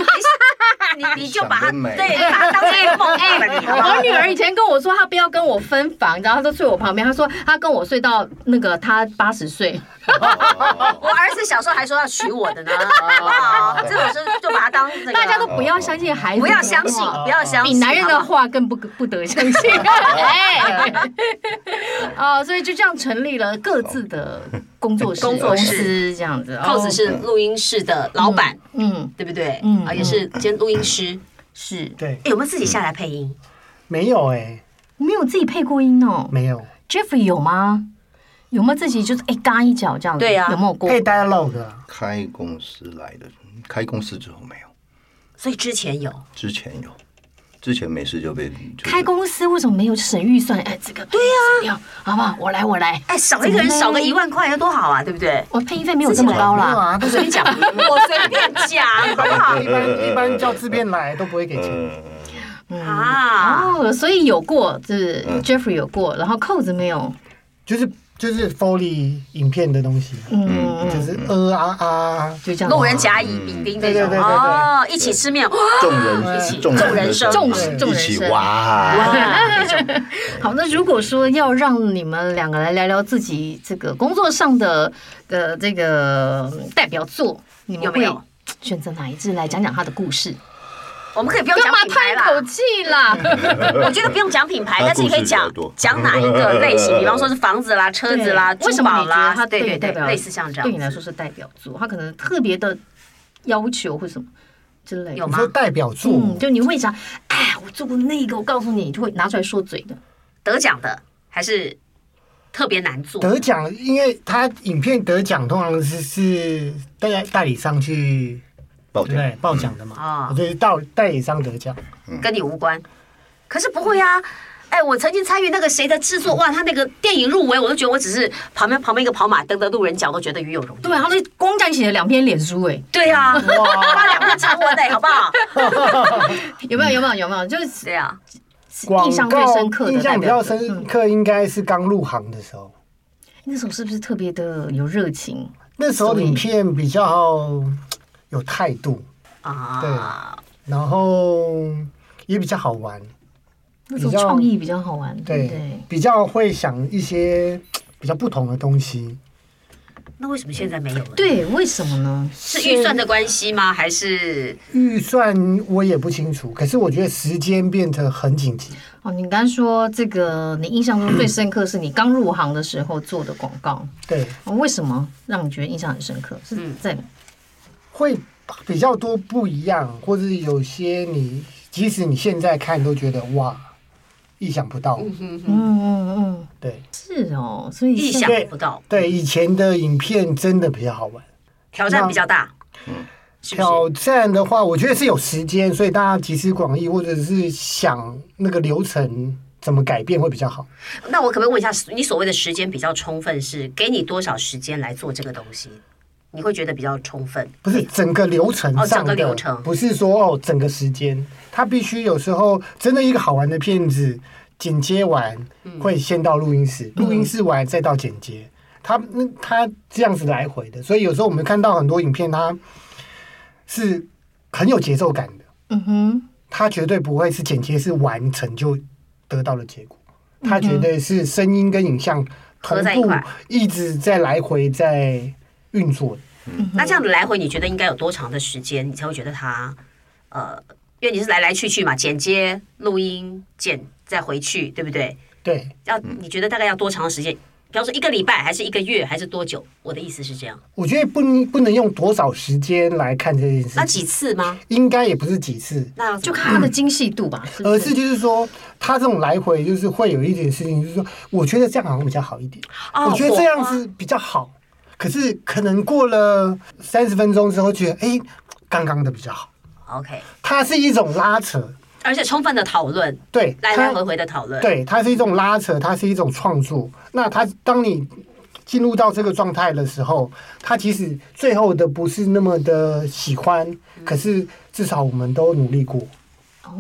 Speaker 5: 你你就把她
Speaker 3: 想得美
Speaker 5: 对，把她当成一个梦哎爱了，你好不 好
Speaker 6: 我女儿以前跟我说，她不要跟我分房，然后她都睡我旁边。她说她跟我睡到那个她八十岁，
Speaker 3: 哦
Speaker 5: 我儿子小时候还说要娶我的呢，好不好？这种事就把他当那个
Speaker 6: 大家都不要相信孩子，
Speaker 5: 不要相信，不要相
Speaker 6: 哦比
Speaker 5: 信
Speaker 6: 男人
Speaker 5: 好
Speaker 6: 的
Speaker 5: 不好
Speaker 6: 话更不不得相 信。哎，哦，所以就这样成立了各自的工作室、
Speaker 5: 工作室
Speaker 6: 司这样子。哦
Speaker 5: 扣子是录音室的老板，
Speaker 6: 嗯
Speaker 5: 对不对？
Speaker 6: 嗯
Speaker 5: 啊，也是兼录音师。
Speaker 6: 是
Speaker 4: 对，
Speaker 5: 哎，有没有自己下来配音？
Speaker 4: 没有哎、
Speaker 6: 没有自己配过音哦。
Speaker 4: 没有
Speaker 6: Jeffrey 有吗？有没有自己就是哎嘎一脚这样子？
Speaker 5: 对啊
Speaker 6: 有没有过？
Speaker 4: 配 dialogue 啊
Speaker 3: 开公司来的，开公司之后没有，
Speaker 5: 所以之前有，
Speaker 3: 之前有，之前没事就被就是
Speaker 6: 开公司为什么没有省预算？哎，这个对呀，好不好？我来，我来。
Speaker 5: 哎，少一个人
Speaker 6: 怎么呢
Speaker 5: 少个一万块有多好啊，对不对？
Speaker 6: 我配音费没有这么高
Speaker 4: 没有
Speaker 6: 啦。
Speaker 4: 啊，
Speaker 5: 随 便讲，我随便讲，好不好
Speaker 4: 一般一般叫自编来都不会给钱，
Speaker 5: 啊？
Speaker 6: 嗯哦，所以有过，就是
Speaker 3: 嗯
Speaker 6: Jeffrey 有过，然后扣子没有。
Speaker 4: 就是就是 Foley 影片的东西，
Speaker 6: 嗯，
Speaker 4: 就是呃啊啊，
Speaker 6: 就这样。
Speaker 5: 路人甲乙丙丁这
Speaker 4: 对对
Speaker 5: 种
Speaker 4: 对对对
Speaker 5: 哦，一起吃面，哇
Speaker 3: 众人
Speaker 5: 起
Speaker 3: 众
Speaker 5: 众人生
Speaker 6: 众
Speaker 3: 人
Speaker 6: 众
Speaker 3: 一
Speaker 6: 人
Speaker 3: 起
Speaker 6: 生
Speaker 3: 哇，
Speaker 6: 好，那如果说要让你们两个来聊聊自己这个工作上的呃这个代表作，你们
Speaker 5: 有没
Speaker 6: 会
Speaker 5: 有
Speaker 6: 选择哪一支来讲讲他的故事？
Speaker 5: 我们可以不用
Speaker 6: 干
Speaker 5: 讲
Speaker 6: 嘛
Speaker 5: 品牌
Speaker 6: 叹口
Speaker 5: 啦，
Speaker 6: 气啦？
Speaker 5: 我觉得不用讲品牌，
Speaker 3: 它
Speaker 5: 但是你可以
Speaker 3: 故事
Speaker 5: 讲
Speaker 3: 比较多
Speaker 5: 讲哪一个 类型，比方说是房子啦、车子啦、
Speaker 6: 对为
Speaker 5: 珠
Speaker 6: 什么
Speaker 5: 宝
Speaker 6: 你觉得
Speaker 5: 啦
Speaker 6: 他，
Speaker 5: 对
Speaker 6: 对
Speaker 5: 对
Speaker 6: 你代
Speaker 5: 对，
Speaker 6: 表
Speaker 5: 类似像这样，
Speaker 6: 对你来说是代表作，他可能特别的要求或什么之类的
Speaker 5: 有
Speaker 4: 你
Speaker 5: 吗
Speaker 4: 说代表作，
Speaker 6: 嗯，就你为啥？哎，我做过那个，我告诉你，你就会拿出来说嘴的。
Speaker 5: 得奖的还是特别难做的
Speaker 4: 得奖，因为他影片得奖通常是是代代理商去
Speaker 3: 爆
Speaker 4: 对
Speaker 3: 掉
Speaker 4: 不对报奖的嗯嘛，
Speaker 5: 啊
Speaker 4: 就是代代理商得奖，
Speaker 3: 嗯
Speaker 5: 跟你无关。可是不会啊，哎，我曾经参与那个谁的制作，哇，他那个电影入围，我都觉得我只是旁边旁边一个跑马灯的路人甲，我都觉得与有荣
Speaker 6: 对，他们光这样写了两篇脸书、哎，
Speaker 5: 对啊，发两篇长文哎，好不好？
Speaker 6: 有没有？有没有？有没有？就是
Speaker 5: 对啊，
Speaker 4: 广
Speaker 6: 印象最
Speaker 4: 告
Speaker 6: 深刻的
Speaker 4: 印
Speaker 6: 代
Speaker 4: 象比
Speaker 6: 表
Speaker 4: 较
Speaker 6: 作
Speaker 4: 深
Speaker 6: 嗯
Speaker 4: 刻应该是刚入行的时候，
Speaker 6: 那时候是不是特别的有热情？
Speaker 4: 那时候
Speaker 6: 所以
Speaker 4: 影片比较有态度，
Speaker 5: 啊，
Speaker 4: 然后也比较好玩，
Speaker 6: 那时候
Speaker 4: 比较
Speaker 6: 创意比较好玩，对不对
Speaker 4: 对，？比较会想一些比较不同的东西。
Speaker 6: 嗯
Speaker 5: 那为什么现在没有了？，
Speaker 6: 对，为什么呢？
Speaker 5: 是预算的关系吗？还是
Speaker 4: 预算我也不清楚，可是我觉得时间变得很紧急。
Speaker 6: 哦，你刚说这个，你印象中最深刻是你刚入行的时候做的广告，
Speaker 4: 对，
Speaker 6: 哦为什么让你觉得印象很深刻？是在
Speaker 4: 会比较多不一样，或者是有些你即使你现在看都觉得哇，意想不到。
Speaker 6: 嗯嗯嗯，
Speaker 4: 对
Speaker 6: 是哦，所以
Speaker 5: 意
Speaker 6: 现
Speaker 5: 想
Speaker 6: 在
Speaker 5: 不到，
Speaker 4: 对，以前的影片真的比较好玩。
Speaker 5: 挑战比较大？是不是
Speaker 4: 挑战的话，我觉得是有时间，所以大家集思广益，或者是想那个流程怎么改变会比较好。
Speaker 5: 那我可不可以问一下，你所谓的时间比较充分，是给你多少时间来做这个东西？你会觉得比较充分？
Speaker 4: 不是整个流程
Speaker 5: 哦整
Speaker 4: 上
Speaker 5: 个
Speaker 4: 的，
Speaker 5: 流程
Speaker 4: 不是说哦整个时间，它必须有时候真的一个好玩的片子，剪接完
Speaker 5: 嗯
Speaker 4: 会先到录音室，录音室完再到剪接，它那它这样子来回的，所以有时候我们看到很多影片，它是很有节奏感的，
Speaker 6: 嗯哼，
Speaker 4: 它绝对不会是剪接是完成就得到的结果，
Speaker 6: 嗯
Speaker 4: 它绝对是声音跟影像同
Speaker 5: 合在一
Speaker 4: 步
Speaker 5: 块
Speaker 4: 一直在来回在运作的。
Speaker 5: 那这样子来回，你觉得应该有多长的时间，你才会觉得它呃，因为你是来来去去嘛，剪接、录音、剪再回去，对不对？
Speaker 4: 对，
Speaker 5: 要你觉得大概要多长的时间？比方说一个礼拜，还是一个月，还是多久？我的意思是这样。
Speaker 4: 我觉得不能不能用多少时间来看这件
Speaker 5: 那
Speaker 4: 事
Speaker 5: 几
Speaker 4: 情，
Speaker 5: 次吗？
Speaker 4: 应该也不是几次，
Speaker 5: 那就
Speaker 6: 就看它的精细度吧，不
Speaker 4: 而呃是就是说，他这种来回就是会有一点事情，就是说，我觉得这样好像比较好一点，
Speaker 5: 哦
Speaker 4: 我觉得这样
Speaker 5: 火花
Speaker 4: 子比较好。可是可能过了三十分钟之后，觉得哎，刚刚的比较好。
Speaker 5: OK，
Speaker 4: 它是一种拉扯，
Speaker 5: 而且充分的讨论，
Speaker 4: 对，
Speaker 5: 来
Speaker 4: 它
Speaker 5: 来回回的讨论。
Speaker 4: 对，它是一种拉扯，它是一种创作。那它当你进入到这个状态的时候，它其实最后的不是那么的喜欢，可是至少我们都努力过。
Speaker 6: 哦，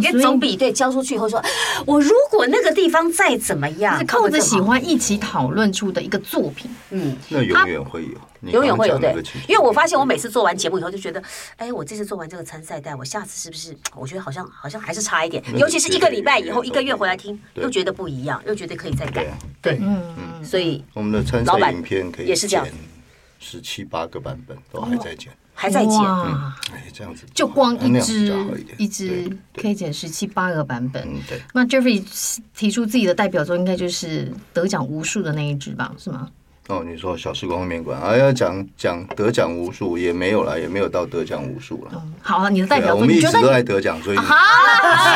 Speaker 5: 因
Speaker 6: 所
Speaker 5: 为
Speaker 6: 以
Speaker 5: 总比对交出去以后说，我如果那个地方再怎么样，
Speaker 6: 是靠着喜
Speaker 5: 啊会不会更好，
Speaker 6: 欢一起讨论出的一个作品。
Speaker 5: 嗯，
Speaker 3: 那永远会有，你
Speaker 5: 永远会有
Speaker 3: 刚刚讲那
Speaker 5: 对
Speaker 3: 个情，
Speaker 5: 因为我发现我每次做完节目以后就觉得，哎，我这次做完这个参赛带，我下次是不是，我觉得好像好像还是差一点，
Speaker 3: 那
Speaker 5: 尤其是一个礼拜以后，
Speaker 3: 对
Speaker 5: 一个月回来听，
Speaker 3: 对
Speaker 5: 又觉得不一样，又觉得可以再改
Speaker 3: 对，啊，
Speaker 4: 对，
Speaker 6: 嗯，
Speaker 5: 所以
Speaker 3: 我们的参
Speaker 5: 老
Speaker 3: 赛
Speaker 5: 板
Speaker 3: 影片可以
Speaker 5: 也是这样
Speaker 3: 十七八个版本都还在剪，
Speaker 5: 还在剪。
Speaker 6: 哇
Speaker 3: 哎，这样子
Speaker 6: 就光
Speaker 3: 那
Speaker 6: 一
Speaker 3: 样比
Speaker 6: 支
Speaker 3: 较好点
Speaker 6: 一支
Speaker 3: 对
Speaker 6: 可以剪十七八个版本
Speaker 3: 嗯。对，
Speaker 6: 那 Jeffrey 提出自己的代表作，应该就是得奖无数的那一支吧？是吗？
Speaker 3: 哦，你说小时光面馆啊，要讲讲得奖无数也没有啦，也没有到得奖无数啦。
Speaker 6: 嗯，好啊，你的代
Speaker 3: 对啊，
Speaker 6: 表
Speaker 3: 我
Speaker 6: 作，
Speaker 3: 们一
Speaker 6: 你
Speaker 3: 直
Speaker 6: 觉得
Speaker 3: 都
Speaker 6: 你？
Speaker 3: 在得奖，所以
Speaker 6: 啊，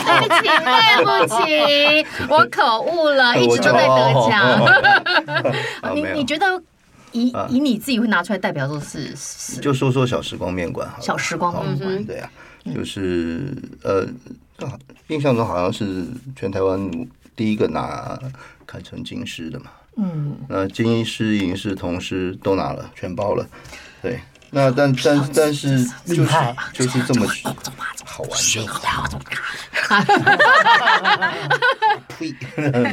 Speaker 6: 对不起，对不起，我口误了，一
Speaker 3: 我
Speaker 6: 直都在得奖。
Speaker 3: 啊
Speaker 6: 你
Speaker 3: 没有
Speaker 6: 你觉得以以你自己会拿出来代表作是是
Speaker 3: 就说说小时光面馆好了。
Speaker 6: 小时光面馆
Speaker 3: 好对啊，就是呃，啊印象中好像是全台湾第一个拿坎城金狮的嘛。
Speaker 6: 嗯，
Speaker 3: 那金狮、银狮、铜狮都拿了，全包了。对，那但但但是就
Speaker 4: 厉
Speaker 3: 是
Speaker 4: 害
Speaker 3: 就是这么好玩就好。屁！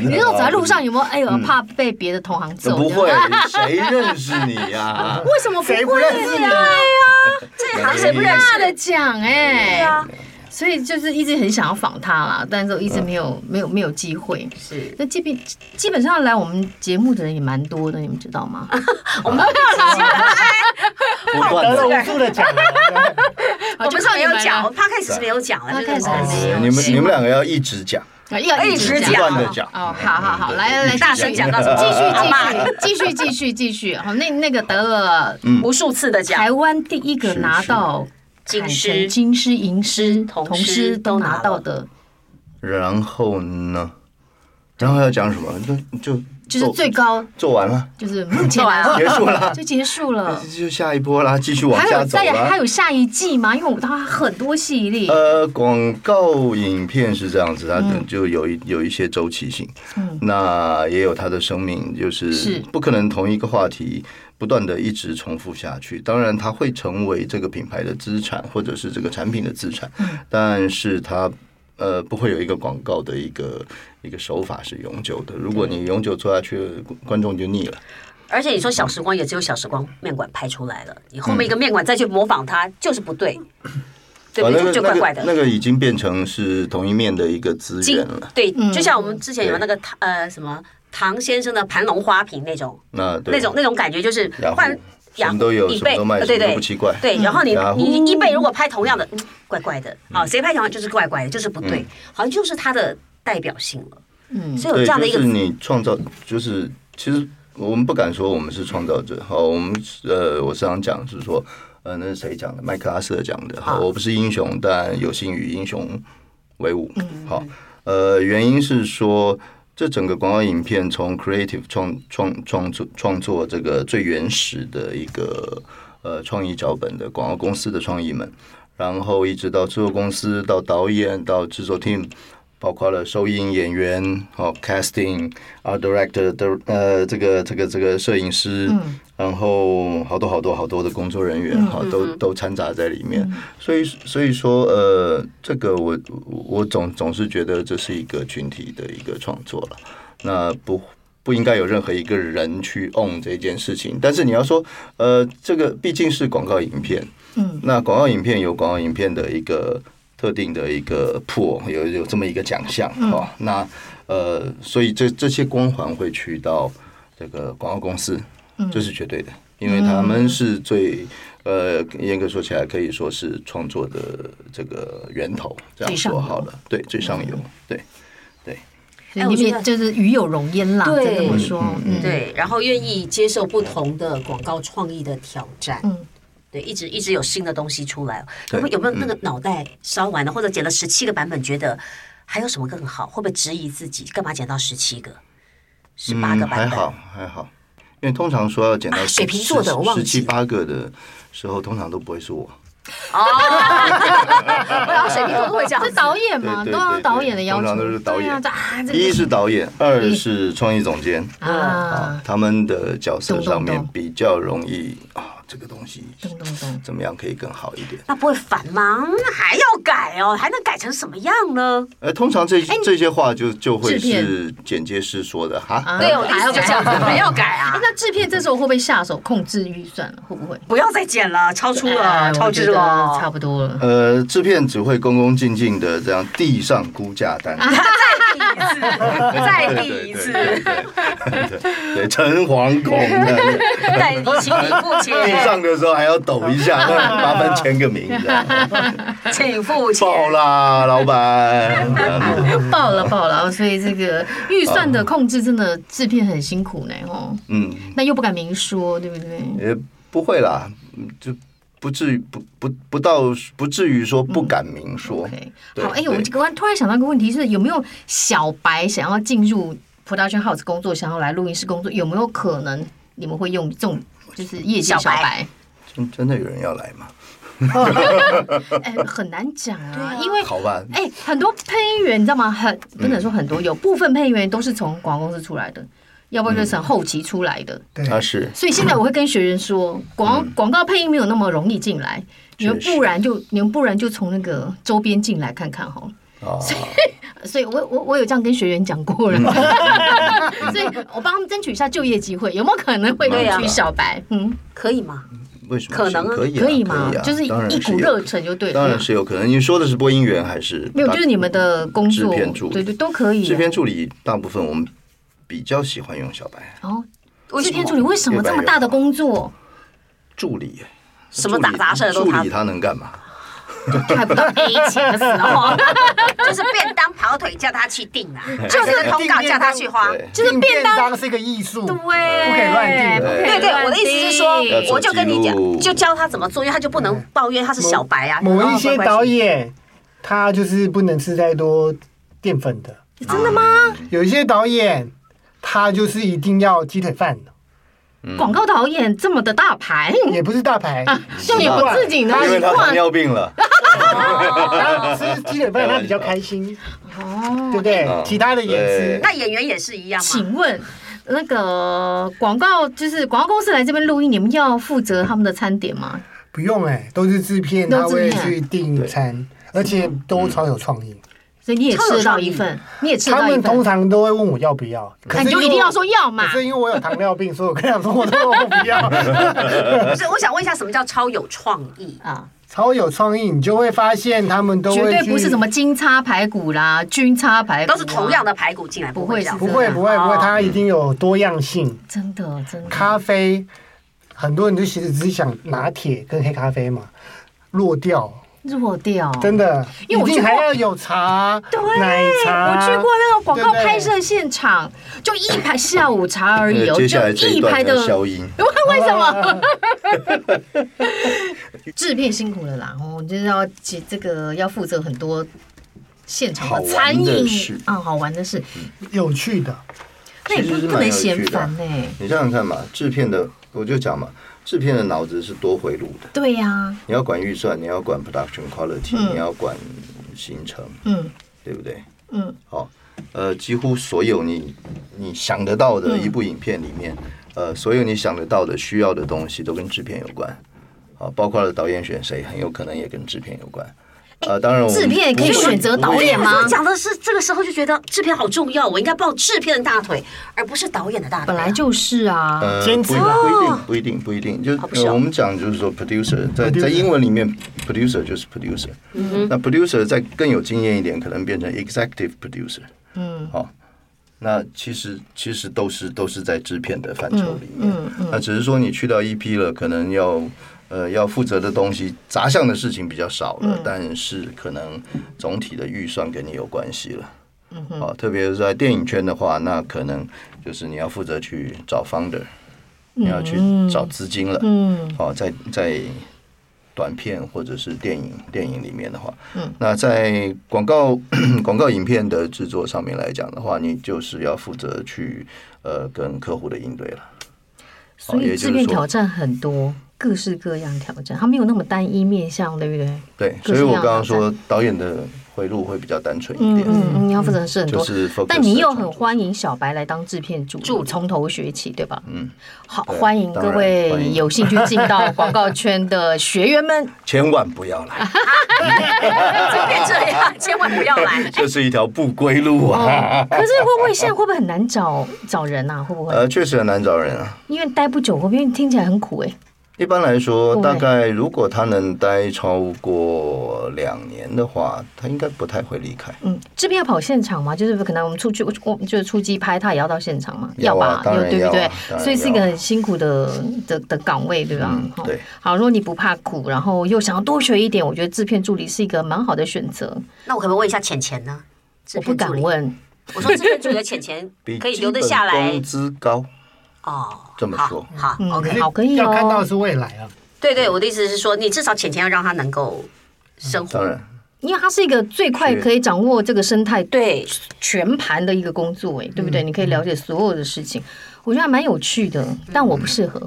Speaker 6: 你知道走在路上有没有？哎呦，怕被别的同行揍？
Speaker 3: 呃不
Speaker 6: 这
Speaker 3: 会
Speaker 6: 样，
Speaker 3: 谁认识你呀、
Speaker 6: 为什么不
Speaker 3: 谁不
Speaker 6: 会
Speaker 3: 认识你？
Speaker 6: 啊？
Speaker 5: 这行谁不认识？
Speaker 6: 大的奖哎、
Speaker 5: 啊
Speaker 6: 所以就是一直很想要访他啦，但是我一直没有、没有没有机会。
Speaker 5: 嗯是，
Speaker 6: 那基本基本上来我们节目的人也蛮多的，你们知道吗？
Speaker 5: 我们我
Speaker 3: 不
Speaker 4: 得
Speaker 3: 断
Speaker 4: 了
Speaker 3: 的。
Speaker 4: 无数的啊奖了。
Speaker 5: 们是没有讲，
Speaker 6: 啊，
Speaker 5: 他开始是没有讲了，
Speaker 6: 他
Speaker 5: 就是
Speaker 6: 开始
Speaker 5: 我们
Speaker 6: 没有
Speaker 3: 你们你们两个要一直讲，
Speaker 6: 要一直
Speaker 5: 一直
Speaker 3: 不
Speaker 5: 讲
Speaker 3: 断的讲。
Speaker 6: 哦，好好好，来来来，
Speaker 5: 大声讲到什么
Speaker 6: 继续
Speaker 5: 好吧
Speaker 6: 继续继续继续继续，好，那那个得了
Speaker 5: 无数次的讲
Speaker 6: 台，湾第一个拿到
Speaker 5: 金
Speaker 6: 坎
Speaker 5: 狮
Speaker 6: 城金狮、银狮、
Speaker 5: 铜
Speaker 6: 铜
Speaker 5: 狮
Speaker 6: 狮都
Speaker 5: 都拿
Speaker 6: 拿到
Speaker 5: 了
Speaker 6: 的，
Speaker 3: 然后呢？然后要讲什么？就就
Speaker 6: 就是
Speaker 3: 做
Speaker 6: 最高，
Speaker 3: 做完了，
Speaker 6: 就是目 前来
Speaker 3: 结
Speaker 6: 说
Speaker 3: 束 了，
Speaker 6: 就结束了。
Speaker 3: 就下一波啦，继续往
Speaker 6: 还
Speaker 3: 下
Speaker 6: 有
Speaker 3: 走
Speaker 6: 再还
Speaker 3: 啦。
Speaker 6: 有下一季吗？因为我他很多系列，
Speaker 3: 呃，广告影片是这样子，它就有一有一些周期性，
Speaker 5: 嗯
Speaker 3: 那也有它的生命，就是
Speaker 6: 是
Speaker 3: 不可能同一个话题不断的一直重复下去。当然，它会成为这个品牌的资产，或者是这个产品的资产，
Speaker 5: 嗯
Speaker 3: 但是它呃不会有一个广告的一个一个手法是永久的。如果你永久做下去，观众就腻了。
Speaker 5: 而且你说小时光也只有小时光面馆拍出来了，你后面一个面馆再去模仿它就是不对，对
Speaker 3: 啊
Speaker 5: 不
Speaker 3: 那个
Speaker 5: 对？就怪怪的。
Speaker 3: 那个，那个已经变成是同一面的一个资
Speaker 5: 金
Speaker 3: 源了。
Speaker 5: 对，
Speaker 6: 嗯
Speaker 5: 就像我们之前有那个唐呃什么唐先生的盘龙花瓶那种
Speaker 3: 那对
Speaker 5: 那种那种感觉，就是
Speaker 3: 雅虎
Speaker 5: 换
Speaker 3: 什么都有，
Speaker 5: 一
Speaker 3: 什么
Speaker 5: 倍呃
Speaker 3: 都卖，
Speaker 5: 对
Speaker 3: 什么都
Speaker 5: 对
Speaker 3: 不奇怪。
Speaker 5: 对，然后你
Speaker 3: 雅虎
Speaker 5: 你一倍如果拍同样的，嗯，怪怪的啊，谁拍同样就是怪怪的，就是不对
Speaker 3: 嗯，
Speaker 5: 好像就是它的代表性了。
Speaker 6: 嗯，
Speaker 5: 所以有这样的一个
Speaker 3: 就是你创造，就是其实我们不敢说我们是创造者，好，我们呃，我时常讲是说，呃，那是谁讲的？麦克阿瑟讲的。
Speaker 5: 啊
Speaker 3: 好，我不是英雄，但有幸与英雄为伍。
Speaker 5: 嗯
Speaker 3: 好，呃，原因是说。这整个广告影片从 creative 创创创作创作这个最原始的一个呃创意脚本的广告公司的创意们，然后一直到制作公司、到导演、到制作 team，包括了收音演员、哦 casting、art director 的呃这个这个这个摄影师，然后好多好多好多的工作人员哈、都都掺杂在里面，所以所以说呃这个我我我总总是觉得这是一个群体的一个创作了，那不。不应该有任何一个人去 own 这件事情，但是你要说，呃，这个毕竟是广告影片，嗯，那广告影片有广告影片的一个特定的一个 pool，有有这么一个奖项
Speaker 6: 嗯
Speaker 3: 哦。那呃，所以这这些光环会去到这个广告公司，
Speaker 6: 嗯
Speaker 3: 这是绝对的，因为他们是最呃，严格说起来可以说是创作的这个源头，这样
Speaker 6: 最上
Speaker 3: 说
Speaker 6: 游
Speaker 3: 好了，对，最上游，对。
Speaker 6: 所以你们
Speaker 5: 哎我觉得
Speaker 6: 也就是与有荣焉啦，
Speaker 5: 对
Speaker 6: 就这么说，嗯，
Speaker 5: 对，然后愿意接受不同的广告创意的挑战。
Speaker 6: 嗯
Speaker 5: 对，一直一直有新的东西出来。
Speaker 3: 对
Speaker 5: 有没有有没有那个脑袋烧完了，或者剪了十七个版本，觉得还有什么更好？会不会质疑自己，干嘛剪到十七个、十八个
Speaker 3: 嗯
Speaker 5: 版
Speaker 3: 还
Speaker 5: 本？
Speaker 3: 好还好，因为通常说要减到
Speaker 5: 啊水瓶座的我忘
Speaker 3: 十
Speaker 5: 记
Speaker 3: 七
Speaker 5: 了
Speaker 3: 八个的时候，通常都不会是我。
Speaker 5: 不要水瓶座都会这样
Speaker 6: 这。导演嘛，
Speaker 3: 对对
Speaker 6: 都要
Speaker 3: 对
Speaker 6: 导演的
Speaker 3: 对
Speaker 6: 要
Speaker 3: 通常
Speaker 6: 求，
Speaker 3: 都是导演
Speaker 6: 对啊这啊，这个
Speaker 3: 一是导演，二是创意总监
Speaker 6: 啊
Speaker 3: 啊，，他们的角色
Speaker 6: 懂懂
Speaker 3: 上面
Speaker 6: 懂
Speaker 3: 比较容易啊，这个东西
Speaker 6: 咚咚咚，
Speaker 3: 怎么样可以更好一点？
Speaker 5: 那不会烦吗？嗯还要改哦，还能改成什么样呢？
Speaker 3: 呃，通常这这些话就就会
Speaker 6: 制片
Speaker 3: 是剪接师说的哈，
Speaker 5: 对，
Speaker 6: 啊
Speaker 5: 我的意思就这样子，还要改啊
Speaker 6: 哎，！那制片这时候会不会下手控制预算了？会不会？
Speaker 5: 不要再剪了，超出
Speaker 6: 哎
Speaker 5: 了，超
Speaker 6: 我觉
Speaker 5: 支
Speaker 6: 得
Speaker 5: 了，
Speaker 6: 差不多了。
Speaker 3: 呃，制片只会恭恭敬敬的这样递上估价单，
Speaker 5: 再
Speaker 3: 对
Speaker 5: 第
Speaker 3: 对
Speaker 5: 一
Speaker 3: 对
Speaker 5: 次，
Speaker 3: 对对对，对诚惶恐的。
Speaker 5: 但你请你付
Speaker 3: 地
Speaker 5: 钱，
Speaker 3: 上的时候还要抖一下，那麻烦签个名，这 样
Speaker 5: 请付钱。
Speaker 3: 爆啦，老板。这样子
Speaker 6: 爆了爆了，所以这个预算的控制真的制片很辛苦呢，哦，
Speaker 3: 嗯，
Speaker 6: 那又不敢明说，对不对？
Speaker 3: 也不会啦，嗯就不至于不不不到不至于说不敢明说。
Speaker 6: OK，
Speaker 3: 对
Speaker 6: 好，哎、
Speaker 3: 对
Speaker 6: 我刚刚突然想到一个问题，是有没有小白想要进入 production house 工作，想要来录音室工作，有没有可能你们会用这种就是业界小
Speaker 5: 小
Speaker 6: 白？
Speaker 3: 真真的有人要来吗？
Speaker 6: 哎、很难讲啊，因为。
Speaker 3: 好吧，
Speaker 6: 哎、很多配音员你知道吗？很不
Speaker 3: 嗯
Speaker 6: 能说很多，有部分配音员都是从广告公司出来的，要不然
Speaker 3: 嗯
Speaker 6: 就是从后期出来的。
Speaker 4: 对，
Speaker 3: 那啊是
Speaker 6: 所以现在我会跟学员说，广广告配音没有那么容易进来，你们
Speaker 3: 嗯确实
Speaker 6: 不然就你们不然就从那个周边进来看看好了。
Speaker 3: 啊，
Speaker 6: 所以 我我我有这样跟学员讲过了，
Speaker 3: 嗯
Speaker 6: 所以我帮他们争取一下就业机会，有没有可 能会
Speaker 5: 对啊
Speaker 6: 录取小白？嗯，
Speaker 5: 可以吗？
Speaker 3: 为什么
Speaker 5: 可能啊
Speaker 3: 可以啊
Speaker 6: 可以吗
Speaker 3: 可以啊？
Speaker 6: 就是
Speaker 3: 当然
Speaker 6: 一
Speaker 3: 是
Speaker 6: 股
Speaker 3: 有
Speaker 6: 热忱就对了
Speaker 3: 当然是有可能。你说的是播音员还是
Speaker 6: 没有，就是你们的工作
Speaker 3: 制片助，理
Speaker 6: 对对，都可以啊。
Speaker 3: 制片助理？大部分我们比较喜欢用小白
Speaker 6: 哦，
Speaker 5: 为什
Speaker 6: 制
Speaker 5: 么
Speaker 6: 片助理为什么这么大的 工作
Speaker 3: 助理，
Speaker 5: 什么打杂事儿都
Speaker 3: 助
Speaker 5: 他
Speaker 3: 理他能干嘛？
Speaker 6: 还不到 A 钱的 时候？
Speaker 5: 就是便当跑腿叫他去订 啊，就是通告叫他去
Speaker 6: 啊
Speaker 5: 花。
Speaker 3: 对，
Speaker 4: 就是便当是一个艺术，不可以乱定的。
Speaker 5: 对对，我的意思是说
Speaker 3: 要做，
Speaker 5: 我就跟你
Speaker 3: 记录
Speaker 5: 讲，就教他怎么做，因为他就不能抱怨他是小白啊。
Speaker 4: 嗯某
Speaker 5: 然后
Speaker 4: 一些
Speaker 5: 没关系
Speaker 4: 导演，他就是不能吃太多淀粉的。真的吗？有一些导演，他就是一定要鸡腿饭的，
Speaker 3: 嗯
Speaker 6: 广告导演这么的大牌，
Speaker 4: 也不是大牌，
Speaker 6: 就你们自己呢？
Speaker 3: 因为
Speaker 6: 你
Speaker 3: 他
Speaker 6: 挂
Speaker 3: 糖尿病了，
Speaker 4: 他吃鸡腿饭他比较开心，
Speaker 6: 哦
Speaker 4: 对不对
Speaker 3: 嗯？
Speaker 4: 其他的也吃
Speaker 3: 对。
Speaker 5: 那演员也是一样嘛。
Speaker 6: 请问那个广告就是广告公司来这边录音，你们要负责他们的餐点吗？
Speaker 4: 不用哎、都是制片，他
Speaker 6: 都制
Speaker 4: 会
Speaker 6: 片
Speaker 4: 去订餐，而且都超有创意。
Speaker 6: 所以你也吃得到一份，你嗯也吃得
Speaker 4: 他
Speaker 6: 到一
Speaker 4: 们通
Speaker 6: 份，
Speaker 4: 常都会问我要不要，可
Speaker 6: 那
Speaker 4: 是
Speaker 6: 你就一
Speaker 4: 因为
Speaker 6: 定要
Speaker 4: 我
Speaker 6: 说。要嘛
Speaker 4: 可。是因为我有糖尿病，所以我跟他说我都我不要。
Speaker 5: 不是，我想问一下，什么叫超有创意？
Speaker 6: 啊，
Speaker 4: 超有创意，你就会发现他们都会
Speaker 6: 绝对不
Speaker 4: 去
Speaker 6: 是什么金叉排骨啦、军叉排骨啊，
Speaker 5: 都是同样的排骨进来，不会这样
Speaker 6: 不
Speaker 4: 不
Speaker 6: 是
Speaker 4: 会不会不会
Speaker 5: 哦，
Speaker 4: 它一定有多样性。
Speaker 6: 真的真的。
Speaker 4: 咖啡，很多人就其实只是想拿铁跟黑咖啡嘛，落掉，
Speaker 6: 弱掉，
Speaker 4: 真的，
Speaker 6: 哦因为我
Speaker 4: 一
Speaker 6: 去
Speaker 4: 定
Speaker 6: 过
Speaker 4: 还要有茶
Speaker 6: 对，
Speaker 4: 奶茶，
Speaker 6: 我去过那个广
Speaker 4: 对不
Speaker 6: 告
Speaker 4: 对
Speaker 6: 拍摄现场，就一排下午茶而已哦，
Speaker 3: 接下来
Speaker 6: 就
Speaker 3: 这一
Speaker 6: 一排
Speaker 3: 段
Speaker 6: 的
Speaker 3: 要。消音。
Speaker 6: 为什么？ 制片辛苦了啦，哦，就是要这这个要负责很多现场
Speaker 3: 好
Speaker 6: 的
Speaker 3: 玩
Speaker 6: 餐
Speaker 3: 的
Speaker 6: 饮
Speaker 3: 事
Speaker 6: 啊，好玩的事，
Speaker 4: 有趣的，
Speaker 6: 那也
Speaker 3: 其实
Speaker 6: 不
Speaker 3: 是
Speaker 6: 不
Speaker 3: 蛮
Speaker 6: 能
Speaker 3: 有趣
Speaker 6: 嫌
Speaker 3: 的
Speaker 6: 烦呢。
Speaker 3: 你想想看嘛，制片的我就讲嘛，制片的脑子是多回路的，
Speaker 6: 对呀、
Speaker 3: 你要管预算，你要管 production quality，、你要管行程，
Speaker 6: 嗯
Speaker 3: 对不对？
Speaker 6: 嗯，
Speaker 3: 好，呃，几乎所有你你想得到
Speaker 6: 嗯
Speaker 3: 的一部影片里面，呃，所有你想得到的需要的东西都跟制片有关，啊，包括了导演选谁，很有可能也跟制片有关。呃，当然我们
Speaker 6: 制片也可以
Speaker 3: 不会
Speaker 6: 选择
Speaker 3: 不
Speaker 6: 导
Speaker 3: 会
Speaker 6: 演吗
Speaker 5: 我讲的是这个时候就觉得制片好重要，我应该抱制片的大腿，而不是导演的大腿啊。
Speaker 6: 本来就是啊，
Speaker 3: 呃，
Speaker 4: 兼职
Speaker 3: 不
Speaker 4: 吧
Speaker 3: 不一定，不一定，不一定。就、
Speaker 5: 哦不是哦
Speaker 3: 呃我们讲就是说 producer，在嗯在英文里面 producer 就是 producer，、那 producer 再更有经验一点，可能变成 executive producer。嗯，好、那其实其实都是都是在制片的范畴里面，那只是说你去到 EP 了，可能要呃要负责的东西杂项的事情比较少了，但是可能总体的预算跟你有关系了。嗯、哦，特别是在电影圈的话，那可能就是你要负责去找 founder，你要去
Speaker 6: 嗯
Speaker 3: 找资金了。嗯，哦，在在短片或者是电影电影里面的话，嗯，那在广告 广告影片的制作上面来讲的话，你就是要负责去呃跟客户的应对了。
Speaker 6: 所
Speaker 3: 也就
Speaker 6: 以
Speaker 3: 是
Speaker 6: 制片
Speaker 3: 说
Speaker 6: 挑战很多，各式各样挑战，它没有那么单一面向，对不对？
Speaker 3: 对，
Speaker 6: 各
Speaker 3: 所
Speaker 6: 式
Speaker 3: 以我
Speaker 6: 各样
Speaker 3: 刚
Speaker 6: 的
Speaker 3: 刚
Speaker 6: 挑
Speaker 3: 说导演的回路会比较单纯一
Speaker 6: 嗯
Speaker 3: 点，
Speaker 6: 嗯嗯，你要负责的事很
Speaker 3: 就
Speaker 6: 多。
Speaker 3: 是 focus
Speaker 6: 但你
Speaker 3: 在
Speaker 6: 又很
Speaker 3: 创作
Speaker 6: 欢迎小白来当制片助
Speaker 5: 助
Speaker 6: 理，
Speaker 5: 理
Speaker 6: 从头学起，对吧？嗯，好，
Speaker 3: 对
Speaker 6: 欢迎
Speaker 3: 当
Speaker 6: 各
Speaker 3: 然欢
Speaker 6: 位
Speaker 3: 迎
Speaker 6: 有兴趣进到广告圈的学员 们。
Speaker 3: 千万不要 来，
Speaker 5: 制片这样，千万不要来。
Speaker 3: 这是一条不归路啊！
Speaker 6: 可是会不会现在会不会很难找找人啊？会不会？
Speaker 3: 呃，确实很难找人啊。
Speaker 6: 因为待不久，会不会因为听起来很苦哎、
Speaker 3: 一般来说，
Speaker 6: 对
Speaker 3: 大概如果他能待超过两年的话，他应该不太会离开。
Speaker 6: 嗯，制片要跑现场嘛，就是可能我们出去，我我就是出击拍，他也要到现场嘛，
Speaker 3: 要啊
Speaker 6: 吧，
Speaker 3: 当
Speaker 6: 又
Speaker 3: 然
Speaker 6: 对不
Speaker 3: 要啊
Speaker 6: 对？
Speaker 3: 当然
Speaker 6: 所以是一个
Speaker 3: 要啊
Speaker 6: 很辛苦的的的岗位，对吧？
Speaker 3: 嗯
Speaker 6: 齁
Speaker 3: 对。
Speaker 6: 好，如果你不怕苦，然后又想要多学一点，我觉得制片助理是一个蛮好的选择。
Speaker 5: 那我可不可以问一下浅浅呢？制
Speaker 6: 我不
Speaker 5: 片
Speaker 6: 敢
Speaker 5: 助理，
Speaker 6: 问，
Speaker 5: 我说制片助理的浅浅
Speaker 3: 比
Speaker 5: 可以
Speaker 3: 基
Speaker 5: 留得
Speaker 3: 本
Speaker 5: 下来
Speaker 3: 工资高，
Speaker 5: 哦。
Speaker 3: 这么
Speaker 5: 好
Speaker 3: 说
Speaker 5: 好
Speaker 6: 嗯
Speaker 5: ，OK。
Speaker 6: 好，可以
Speaker 4: 要看到
Speaker 6: 哦
Speaker 4: 的。是未来啊。
Speaker 5: 对对，我的意思是说，你至少浅浅要让他能够生
Speaker 3: 当
Speaker 5: 活。
Speaker 3: 然。
Speaker 6: 因为它是一个最快
Speaker 3: 是
Speaker 6: 可以掌握这个生态
Speaker 5: 对，
Speaker 6: 全盘的一个工
Speaker 4: 嗯
Speaker 6: 作、哎，对不对？你可以了解所有的事情，我觉得还蛮有趣的，
Speaker 4: 嗯
Speaker 6: 但我不 适合，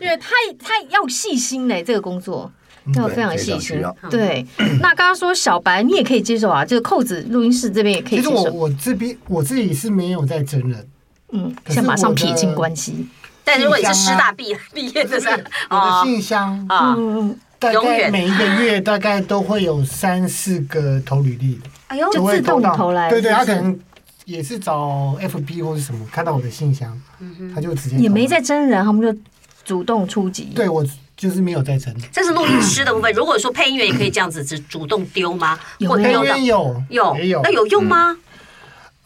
Speaker 6: 因为太太要细心嘞、哎这个工作。要
Speaker 4: 嗯
Speaker 3: 对
Speaker 6: 非常
Speaker 3: 非
Speaker 6: 细
Speaker 3: 常
Speaker 6: 心
Speaker 3: 需要，
Speaker 5: 嗯
Speaker 6: 对。那刚刚说小白，你也可以接受啊，就是扣子录音室这边也可以
Speaker 4: 其
Speaker 6: 接
Speaker 4: 实我
Speaker 6: 受。
Speaker 4: 我这边我自己是没有在真人，
Speaker 6: 嗯，
Speaker 4: 可是
Speaker 6: 现在马上
Speaker 4: 我的
Speaker 6: 撇清关系。啊
Speaker 5: 但如果你是师大毕毕业的，
Speaker 6: 哦
Speaker 5: 哦
Speaker 4: 我的信箱
Speaker 5: 啊，
Speaker 6: 嗯，
Speaker 4: 大
Speaker 5: 永
Speaker 4: 概
Speaker 5: 远
Speaker 4: 每一个月大概都会有三四个投履历的，
Speaker 6: 哎呦，
Speaker 4: 就
Speaker 6: 就
Speaker 4: 会
Speaker 6: 自动
Speaker 4: 到
Speaker 6: 投来，
Speaker 4: 对对，
Speaker 6: 是
Speaker 4: 他
Speaker 6: 不是
Speaker 4: 可能也是找 FB 或是什么，看到我的信箱，他就直接
Speaker 6: 嗯也
Speaker 4: 投
Speaker 6: 没
Speaker 4: 了
Speaker 6: 在真人，他们就主动出击。
Speaker 4: 对我就是没有在整理。
Speaker 5: 这是录音师的部分。如果说配音员也可以这样子，只主动丢吗？
Speaker 6: 有
Speaker 5: 或
Speaker 6: 没
Speaker 4: 配
Speaker 5: 丢的
Speaker 4: 音有
Speaker 5: 有
Speaker 4: 也有
Speaker 5: 那有
Speaker 3: 嗯
Speaker 5: 用吗？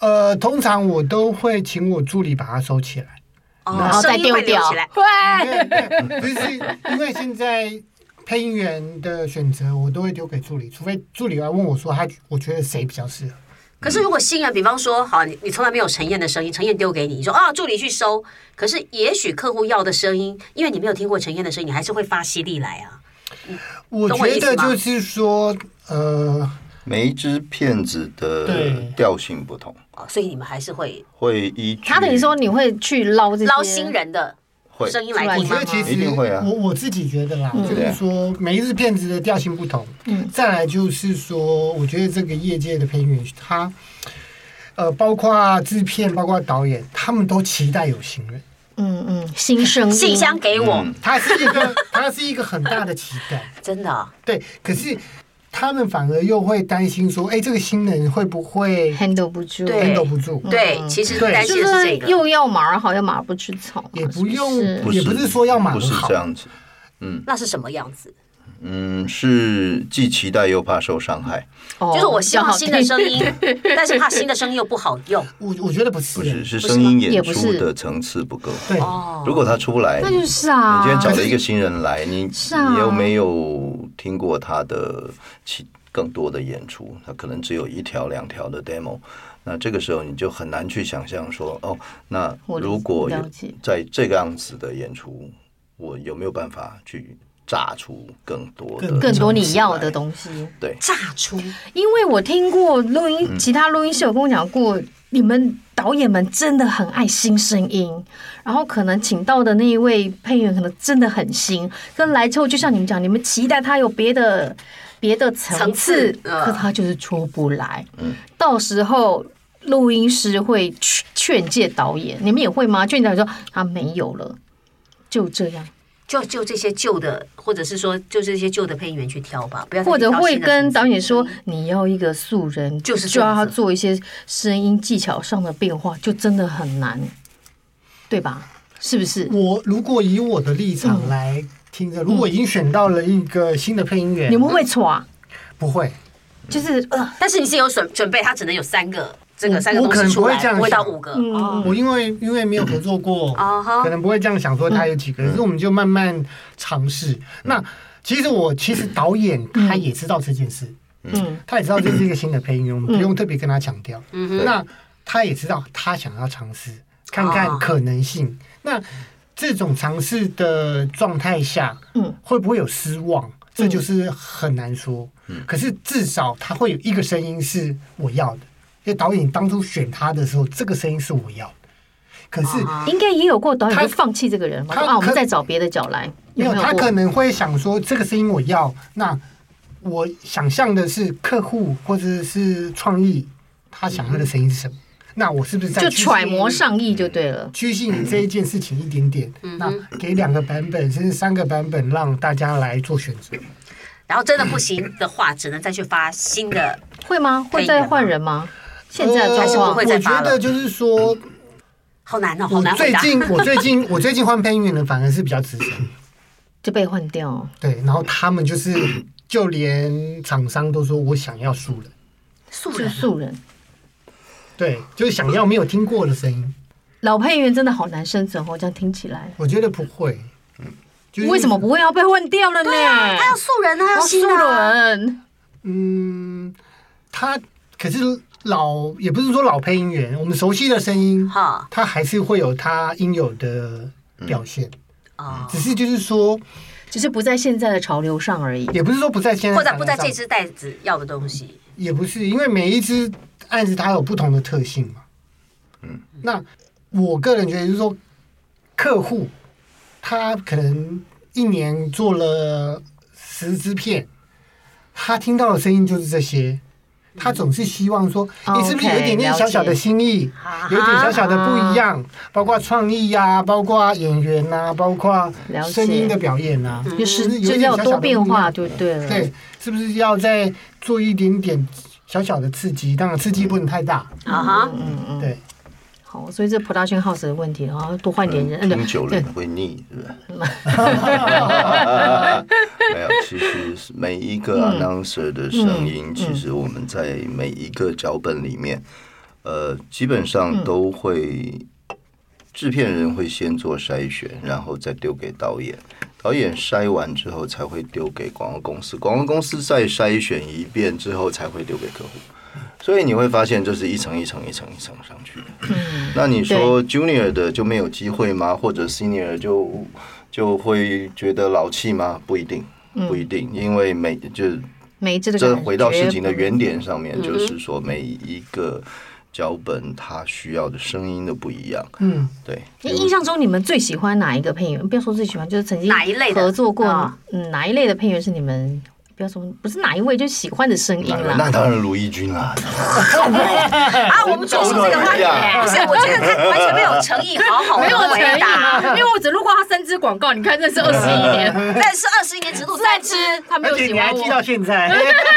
Speaker 4: 呃，通常我都会请我助理把它收起来，
Speaker 5: 哦
Speaker 6: 然，后
Speaker 5: 声
Speaker 6: 再
Speaker 5: 音
Speaker 6: 丢
Speaker 5: 会留
Speaker 6: 掉嗯
Speaker 5: 起来。。
Speaker 4: 因为就是 因为现在配音员的选择，我都会丢给助理，除非助理来问我说他我觉得谁比较适合。
Speaker 5: 可是如果新人，比方说，好，你你从来没有陈燕的声音，陈燕丢给你，你说啊，助理去收。可是也许客户要的声音，因为你没有听过陈燕的声音，你还是会发犀利来啊。
Speaker 4: 我
Speaker 5: 懂我
Speaker 4: 觉
Speaker 5: 意
Speaker 4: 得
Speaker 5: 思吗
Speaker 4: 就是说，呃，
Speaker 3: 每一只片子的
Speaker 4: 对
Speaker 3: 调性不同，
Speaker 5: 哦，所以你们还是会
Speaker 3: 会依据
Speaker 6: 他等于说你会去捞这些
Speaker 5: 捞新人的
Speaker 3: 会
Speaker 5: 声音
Speaker 6: 出来
Speaker 5: 来
Speaker 4: 我
Speaker 5: 听
Speaker 4: 觉
Speaker 5: 吗
Speaker 4: 得？其实
Speaker 3: 一定会啊嗯
Speaker 4: 我我自己觉得啦，就是说每一支片子的调性不同，
Speaker 6: 嗯
Speaker 4: 再来就是说，我觉得这个业界的配音员他。呃，包括制片，包括导演，他们都期待有新人，
Speaker 6: 嗯嗯新声音
Speaker 5: 信箱给我，
Speaker 3: 嗯
Speaker 4: 它是一个， 它是一个很大的期待。
Speaker 5: 真的啊
Speaker 4: 对，可是他们反而又会担心说，哎、这个新人会不会
Speaker 6: handle 不住，
Speaker 5: 对
Speaker 4: handle 不住？
Speaker 5: 对，其实
Speaker 4: 对
Speaker 5: 担
Speaker 6: 嗯就
Speaker 5: 心的是这
Speaker 6: 是
Speaker 5: 个。
Speaker 6: 又要马儿好，又马儿不吃草嘛，
Speaker 4: 也
Speaker 6: 是
Speaker 4: 不用
Speaker 6: 是
Speaker 3: 是
Speaker 4: 也不是说要马
Speaker 3: 不是
Speaker 4: 好
Speaker 3: 这样子，
Speaker 5: 那是什么样子？
Speaker 3: 嗯，是既期待又怕受伤害，
Speaker 6: 哦
Speaker 5: 就是我希望新的声
Speaker 6: 比较好听
Speaker 5: 音， 但是怕新的声音又不好用
Speaker 4: 我我觉得不是，
Speaker 3: 不是是声音
Speaker 6: 也
Speaker 3: 演
Speaker 6: 不
Speaker 3: 出
Speaker 6: 是
Speaker 3: 的层次不够。
Speaker 4: 对，
Speaker 5: 哦。
Speaker 3: 如果他出来，
Speaker 6: 那就是啊，
Speaker 3: 你今天找了一个新人来，你
Speaker 6: 是啊
Speaker 3: 你又没有听过他的其更多的演出，他可能只有一条两条的 demo，那这个时候你就很难去想象说，哦，那
Speaker 6: 我理
Speaker 3: 如果有
Speaker 6: 了解
Speaker 3: 在这个样子的演出，我有没有办法去炸出更多的
Speaker 6: 更多你要
Speaker 3: 层次来
Speaker 6: 的东西。
Speaker 3: 对，
Speaker 5: 炸出
Speaker 6: 因为我听过录音，其他录音师有跟我讲过，你们导演们真的很爱新声音，然后可能请到的那一位配音员可能真的很新，跟来之后就像你们讲，你们期待他有别的别的层
Speaker 5: 层
Speaker 6: 次
Speaker 5: 次，嗯
Speaker 6: 可他就是出不来。到时候录音师会劝劝诫导演，你们也会吗？劝导演说他没有了，就这样。
Speaker 5: 就就这些旧的，或者是说就这些旧的配音员去挑吧，不要再
Speaker 6: 或者
Speaker 5: 去挑
Speaker 6: 会
Speaker 5: 新的
Speaker 6: 跟
Speaker 5: 层次
Speaker 6: 导演说，你要一个素人，
Speaker 5: 就是
Speaker 6: 就要他
Speaker 5: 这样子
Speaker 6: 做一些声音技巧上的变化，就真的很难，对吧？是不是？
Speaker 4: 我如果以我的立场来听着，如果已经选到了一个新的配音员，
Speaker 6: 你们会不会耍？
Speaker 4: 不会？
Speaker 6: 就是呃，
Speaker 5: 但是你是有准准备，他只能有三个，这个
Speaker 4: 我
Speaker 5: 三个
Speaker 4: 我
Speaker 5: 东
Speaker 4: 可
Speaker 5: 西
Speaker 4: 能
Speaker 5: 出
Speaker 4: 不会
Speaker 5: 来，
Speaker 4: 这样
Speaker 5: 不会到
Speaker 4: 想
Speaker 5: 五个。
Speaker 6: 嗯
Speaker 5: 哦
Speaker 4: 我因为因为没有合作过，
Speaker 5: 哦哈
Speaker 4: 可能不会这样想说他有几个，可是我们就慢慢尝试。
Speaker 3: 嗯
Speaker 4: 那其实我其实导演他也知道这件事，
Speaker 6: 嗯，
Speaker 4: 他也知道这是一个新的配音员，我们不用特别跟他强调。那他也知道他想要尝试看看可能性。那这种尝试的状态下，
Speaker 6: 嗯，
Speaker 4: 会不会有失望？这就是很难说。可是至少他会有一个声音是我要的，因为导演当初选他的时候，这个声音是我要的。可是
Speaker 6: 应该也有过导演
Speaker 4: 他
Speaker 6: 会放弃这个人吧？
Speaker 4: 他
Speaker 6: 说啊，我们
Speaker 4: 可
Speaker 6: 再找别的角来，
Speaker 4: 没有，
Speaker 6: 没有
Speaker 4: 他
Speaker 6: 过
Speaker 4: 可能会想说，这个声音我要。那我想象的是客户或者是创意，他想要的声音是什么？那我是不是在
Speaker 6: 就
Speaker 4: 趋近于
Speaker 6: 揣摩上嗯意就对
Speaker 5: 嗯
Speaker 6: 了。
Speaker 4: 趋近于这一件事情一点点？那给两个版本，甚至三个版本，让大家来做选择。
Speaker 5: 然后真的不行的话，只能再去发新的。
Speaker 6: 会吗？会再换人吗？现在的
Speaker 4: 呃
Speaker 6: 状况
Speaker 5: 不会
Speaker 4: 我
Speaker 5: 再发
Speaker 4: 觉
Speaker 5: 了
Speaker 4: 得就是说，
Speaker 5: 好难哦，好
Speaker 4: 我
Speaker 5: 难回
Speaker 4: 最
Speaker 5: 答。
Speaker 4: 近 我最近我最近换配音员的反而是比较资深，
Speaker 6: 就被换掉，哦
Speaker 4: 对，然后他们就是就连厂商都说我想要素人，
Speaker 5: 素
Speaker 6: 就
Speaker 5: 人
Speaker 6: 素人。
Speaker 4: 对，就是想要没有听过的声音。
Speaker 6: 老配音员真的好难生存哦，这样听起来，
Speaker 4: 我觉得不会，
Speaker 5: 嗯
Speaker 4: 就是
Speaker 6: 为什么？不会要被换掉了呢？
Speaker 5: 他要素人啊，他要
Speaker 6: 哦
Speaker 5: 新
Speaker 6: 素
Speaker 5: 的啊。
Speaker 6: 人。
Speaker 4: 嗯，他可是老，也不是说老配音员，我们熟悉的声音，
Speaker 5: 哈
Speaker 4: 他还是会有他应有的表现，
Speaker 5: 啊，
Speaker 4: 只是就是说，
Speaker 6: 只是不在现在的潮流上而已。
Speaker 4: 也不是说不在现在，
Speaker 5: 或者
Speaker 6: 嗯
Speaker 5: 不在这，只袋子要的东西。
Speaker 4: 也不是，因为每一只案子它有不同的特性嘛。嗯，那我个人觉得就是说，客户他可能一年做了十支片，他听到的声音就是这些，他总是希望说，你是不是有一点
Speaker 6: OK，
Speaker 4: 点
Speaker 6: 了
Speaker 4: 小小的
Speaker 6: 嗯解啊
Speaker 4: 新意
Speaker 5: 啊，
Speaker 4: 有一点小小的不一样，包括创意呀、包括演员呐、包括
Speaker 6: 了解
Speaker 4: 声音的表演呐、
Speaker 6: 就是是
Speaker 4: 不是有一
Speaker 6: 就是
Speaker 4: 点
Speaker 6: 要
Speaker 4: 小小的
Speaker 6: 多变化，
Speaker 4: 不
Speaker 6: 就对
Speaker 4: 一
Speaker 6: 了。
Speaker 4: 样对，是不是要再做一点点小小的刺激？当然，刺激不能太大，
Speaker 5: 啊哈，
Speaker 6: 嗯
Speaker 4: 对。
Speaker 6: 好，所以这 production house 的问题，然后多换点人，嗯
Speaker 3: 听久了
Speaker 6: 对
Speaker 3: 你，会腻，是不 是？没有，其实是每一个
Speaker 6: 嗯
Speaker 3: announcer 的声音，其实我们在每一个脚本里面，呃，基本
Speaker 6: 嗯
Speaker 3: 上都会，制片人会先做筛选，然后再丢给导演。导演筛完之后才会丢给广告公司，广告公司再筛选一遍之后才会丢给客户，所以你会发现这是一层一层一层一层上去的。那你说 junior 的就没有机会吗？或者 senior 就就会觉得老气吗？不一定，不一定，因为每就
Speaker 6: 每一次的
Speaker 3: 这
Speaker 6: 感觉
Speaker 3: 回到事情的
Speaker 6: 不
Speaker 3: 原点上面，就是说每一个脚本它需要的声音的不一样。
Speaker 4: 嗯，
Speaker 3: 对，
Speaker 6: 你印象中你们最喜欢哪一个配音员？不要说最喜欢，就是曾经
Speaker 5: 哪一类的
Speaker 6: 合作过，
Speaker 5: 啊
Speaker 6: 嗯，哪一类的配音员是你们不要说不是哪一位，就喜欢的声音
Speaker 3: 那
Speaker 6: 啦。
Speaker 3: 那当然卢义军啦，
Speaker 5: 啊，我们结束这个话题，不是，我觉得他完全没有诚意，好好
Speaker 6: 没有
Speaker 5: 的
Speaker 6: 诚
Speaker 5: 回
Speaker 6: 意
Speaker 5: 答。
Speaker 6: 嘛，啊因为我只录过他三支广告，你看认识二十 一年，
Speaker 5: 但是二十一年只录
Speaker 6: 三
Speaker 5: 三
Speaker 6: 支
Speaker 5: 支，
Speaker 6: 他没有喜欢我。
Speaker 4: 现在，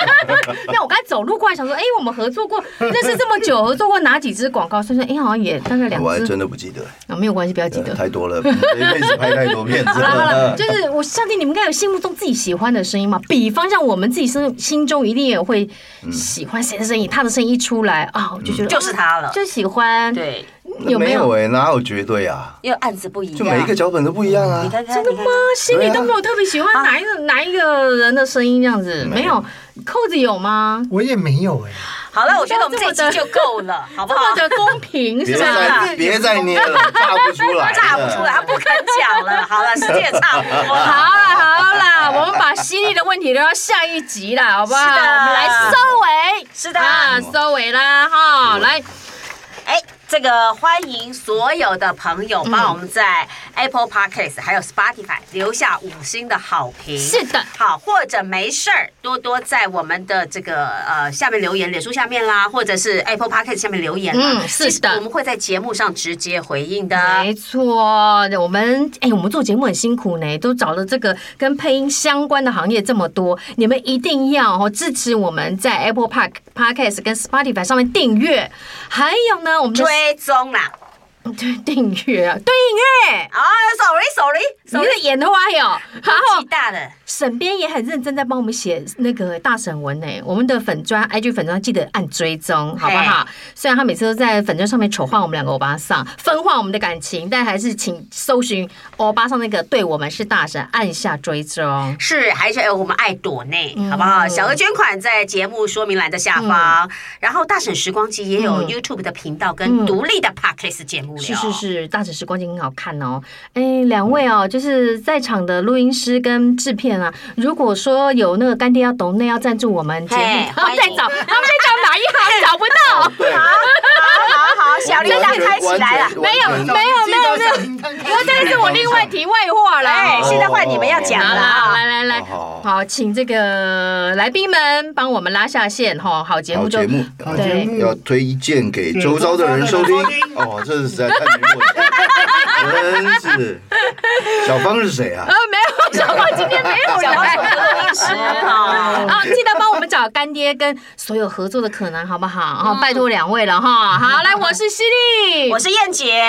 Speaker 6: 那我刚才走路过来想说，哎，我们 合作过，认识这么久，合作过哪几支广告？算算，哎，好像也大概两
Speaker 3: 我还
Speaker 6: 支，
Speaker 3: 真的不记得，呃
Speaker 6: 啊，没有关系，不要记得。
Speaker 3: 太多了， 这一辈子拍太多片子 了。呃
Speaker 6: 就是我相信你们应该有心目中自己喜欢的声音嘛。比方像我们自己心心中一定也会喜欢谁的声音，他的声音一出来啊，我就觉得
Speaker 5: 就是他了
Speaker 6: 啊就喜欢。，
Speaker 5: 对，
Speaker 6: 有没
Speaker 3: 嗯没有
Speaker 6: 有？
Speaker 3: 哎、哪有绝对啊？
Speaker 5: 因为案子不一样。
Speaker 3: 就每一个脚本都不一样啊。
Speaker 5: 你看看，真的吗？
Speaker 6: 啊，心里都没有特别喜
Speaker 5: 啊
Speaker 6: 欢哪一个、哪一个人的声音这样子，没有。扣子有吗？
Speaker 4: 我也没有哎、
Speaker 5: 好了，我觉得我们这一集就够了，好不
Speaker 6: 这
Speaker 5: 好
Speaker 6: 么？的公平
Speaker 3: 别
Speaker 6: 是啊吧？
Speaker 3: 再别再捏了，炸不出来，
Speaker 5: 炸不出来，他。不肯讲了。好了，时间也差不多
Speaker 6: 哦 好
Speaker 5: 了。
Speaker 6: 啦好啦，我们把犀利的问题留到下一集 啦，好不好？
Speaker 5: 是的
Speaker 6: 我们来收尾。
Speaker 5: 是的嗯
Speaker 6: 啊，收尾啦哈，来。
Speaker 5: 哎，这个欢迎所有的朋
Speaker 6: 嗯
Speaker 5: 友帮我们在 Apple Podcast 还有 Spotify 留下五星的好评。
Speaker 6: 是的
Speaker 5: 好，或者没事儿多多在我们的这个呃下面留言，脸书下面啦，或者是 Apple Podcast 下面留言啦。
Speaker 6: 嗯是的
Speaker 5: 其实我们会在节目上直接回应的。
Speaker 6: 没错，我们哎、我们做节目很辛苦呢，都找了这个跟配音相关的行业这么多，你们一定要哦支持我们在 Apple Park Podcast 跟 Spotify 上面订阅，还有呢，我们的
Speaker 5: 追踪啦！
Speaker 6: 对 订阅啊，对订阅。
Speaker 5: 啊，sorry，sorry，sorry、s
Speaker 6: 你
Speaker 5: o r r y s o r r y
Speaker 6: 的眼都花哟，然后
Speaker 5: 年纪大的，
Speaker 6: 沈编也很认真在帮我们写那个大沈文呢。我们的粉砖 IG 粉砖记得按追踪，好不好？虽然他每次都在粉砖上面丑化我们两个欧巴桑，分化我们的感情，但还是请搜寻欧巴桑那个对我们是大神，按下追踪。
Speaker 5: 是还是哎，我们爱朵内，好不好？小额捐款在节目说明栏的下方，然后大婶时光机也有 YouTube 的频道跟独立的 Podcast 节目了。
Speaker 6: 是是，是，大城时光机很好看哦。哎，两位
Speaker 5: 嗯
Speaker 6: 哦，就是在场的录音师跟制片啊，如果说有那个干爹要懂内要赞助我们节目，
Speaker 5: 嘿
Speaker 6: 然后
Speaker 5: 欢迎
Speaker 6: 再找，然后再找哪一行找不 到。
Speaker 3: 对，
Speaker 5: 好好，小铃铛开起来了。
Speaker 3: 没有
Speaker 6: 没有没有没有，
Speaker 4: 有
Speaker 6: 这是我另外题外话了。
Speaker 5: 哎，现在换你们要讲
Speaker 6: 好啦，
Speaker 5: 了啊！
Speaker 6: 来来来，
Speaker 3: 好好
Speaker 6: 好，请这个来宾们帮我们拉下线哈，好节
Speaker 3: 好
Speaker 6: 目就
Speaker 3: 节目，
Speaker 6: 对
Speaker 4: 目
Speaker 3: 要推荐给周遭的人收听。哦，这是实在太没默契，真是。小芳是谁啊
Speaker 6: 呃？没有，小芳今天没有
Speaker 5: 小王
Speaker 6: 来
Speaker 5: 说的录音师啊，
Speaker 6: 啊，记得帮我们找干爹跟所有合作的可能，好不好？
Speaker 5: 嗯
Speaker 6: 哈，拜托两位了哈。好，来，我是犀利，
Speaker 5: 我是燕姐。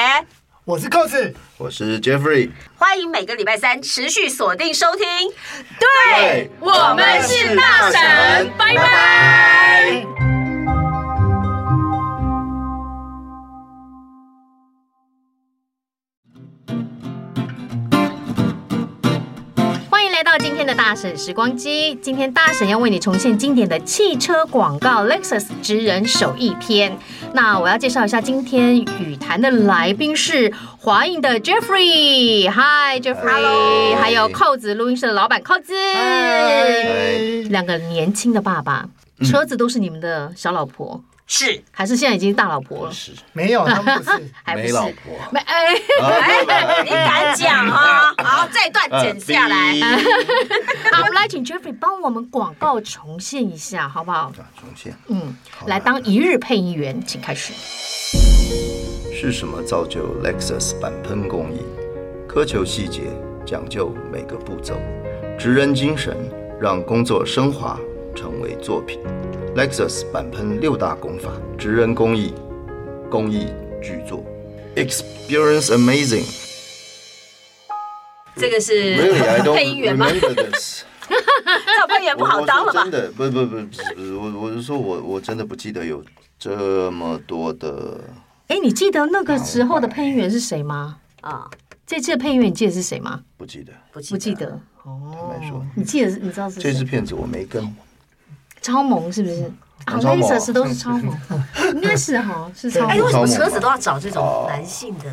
Speaker 4: 我是扣子，
Speaker 3: 我是 Jeffrey。
Speaker 5: 欢迎每个礼拜三持续锁定收听，
Speaker 6: 对，我们是大神，拜拜。欢迎来到今天的大婶时光机。今天大婶要为你重现经典的汽车广告 Lexus 职人手艺篇。那我要介绍一下今天语坛的来宾是华映的 Jeffrey，嗨 Jeffrey，
Speaker 3: Hello
Speaker 6: 还有扣子录音室的老板扣子，
Speaker 3: 哎
Speaker 4: 嗨
Speaker 6: 两个年轻的爸爸，
Speaker 3: 嗯
Speaker 6: 车子都是你们的小老婆，
Speaker 5: 是
Speaker 6: 还是现在已经大老婆了？
Speaker 3: 是
Speaker 4: 没有，他们不是。
Speaker 6: 还不
Speaker 3: 没
Speaker 6: 是
Speaker 3: 老婆。
Speaker 6: 没哎。
Speaker 5: 哎，你敢讲啊？好，这一段段剪下来。
Speaker 3: 呃
Speaker 6: 好，我们来请 Jeffrey 帮我们广告重现一下，好不好？
Speaker 3: 啊重现
Speaker 6: 嗯，
Speaker 3: 好
Speaker 6: 来当一日配音员，请开始。
Speaker 3: 是什么造就 Lexus 板喷工艺？苛求细节，讲究每个步骤，职人精神让工作升华成为作品。Lexus 板喷六大工法，职人工艺，工艺巨作，Experience amazing。
Speaker 5: 这个是
Speaker 3: Really, I don't
Speaker 5: 配音员吗？
Speaker 3: remember this.
Speaker 5: 照配音员不
Speaker 3: 我
Speaker 5: 好当了
Speaker 3: 我
Speaker 5: 吧
Speaker 3: 是真？的，不不不不是不是，我我是说我我真的不记得有这么多的。
Speaker 6: 哎，你记得那个时候的配音员是谁吗？
Speaker 5: 啊，
Speaker 6: 这次的配音员你记得是谁吗？
Speaker 3: 不记得，
Speaker 5: 不
Speaker 6: 不记
Speaker 5: 记得。
Speaker 6: 得。
Speaker 3: 坦白说，
Speaker 6: 你记得是你知道是
Speaker 3: 这支
Speaker 6: 谁？
Speaker 3: 片子我没跟。
Speaker 6: 超萌是不是？啊，
Speaker 3: 超
Speaker 6: 那
Speaker 3: 萌
Speaker 6: 一时都是超 萌，应该是哈，是超
Speaker 5: 哎，
Speaker 6: 萌
Speaker 5: 为。什么车子都要找这
Speaker 3: 哦
Speaker 5: 种男性的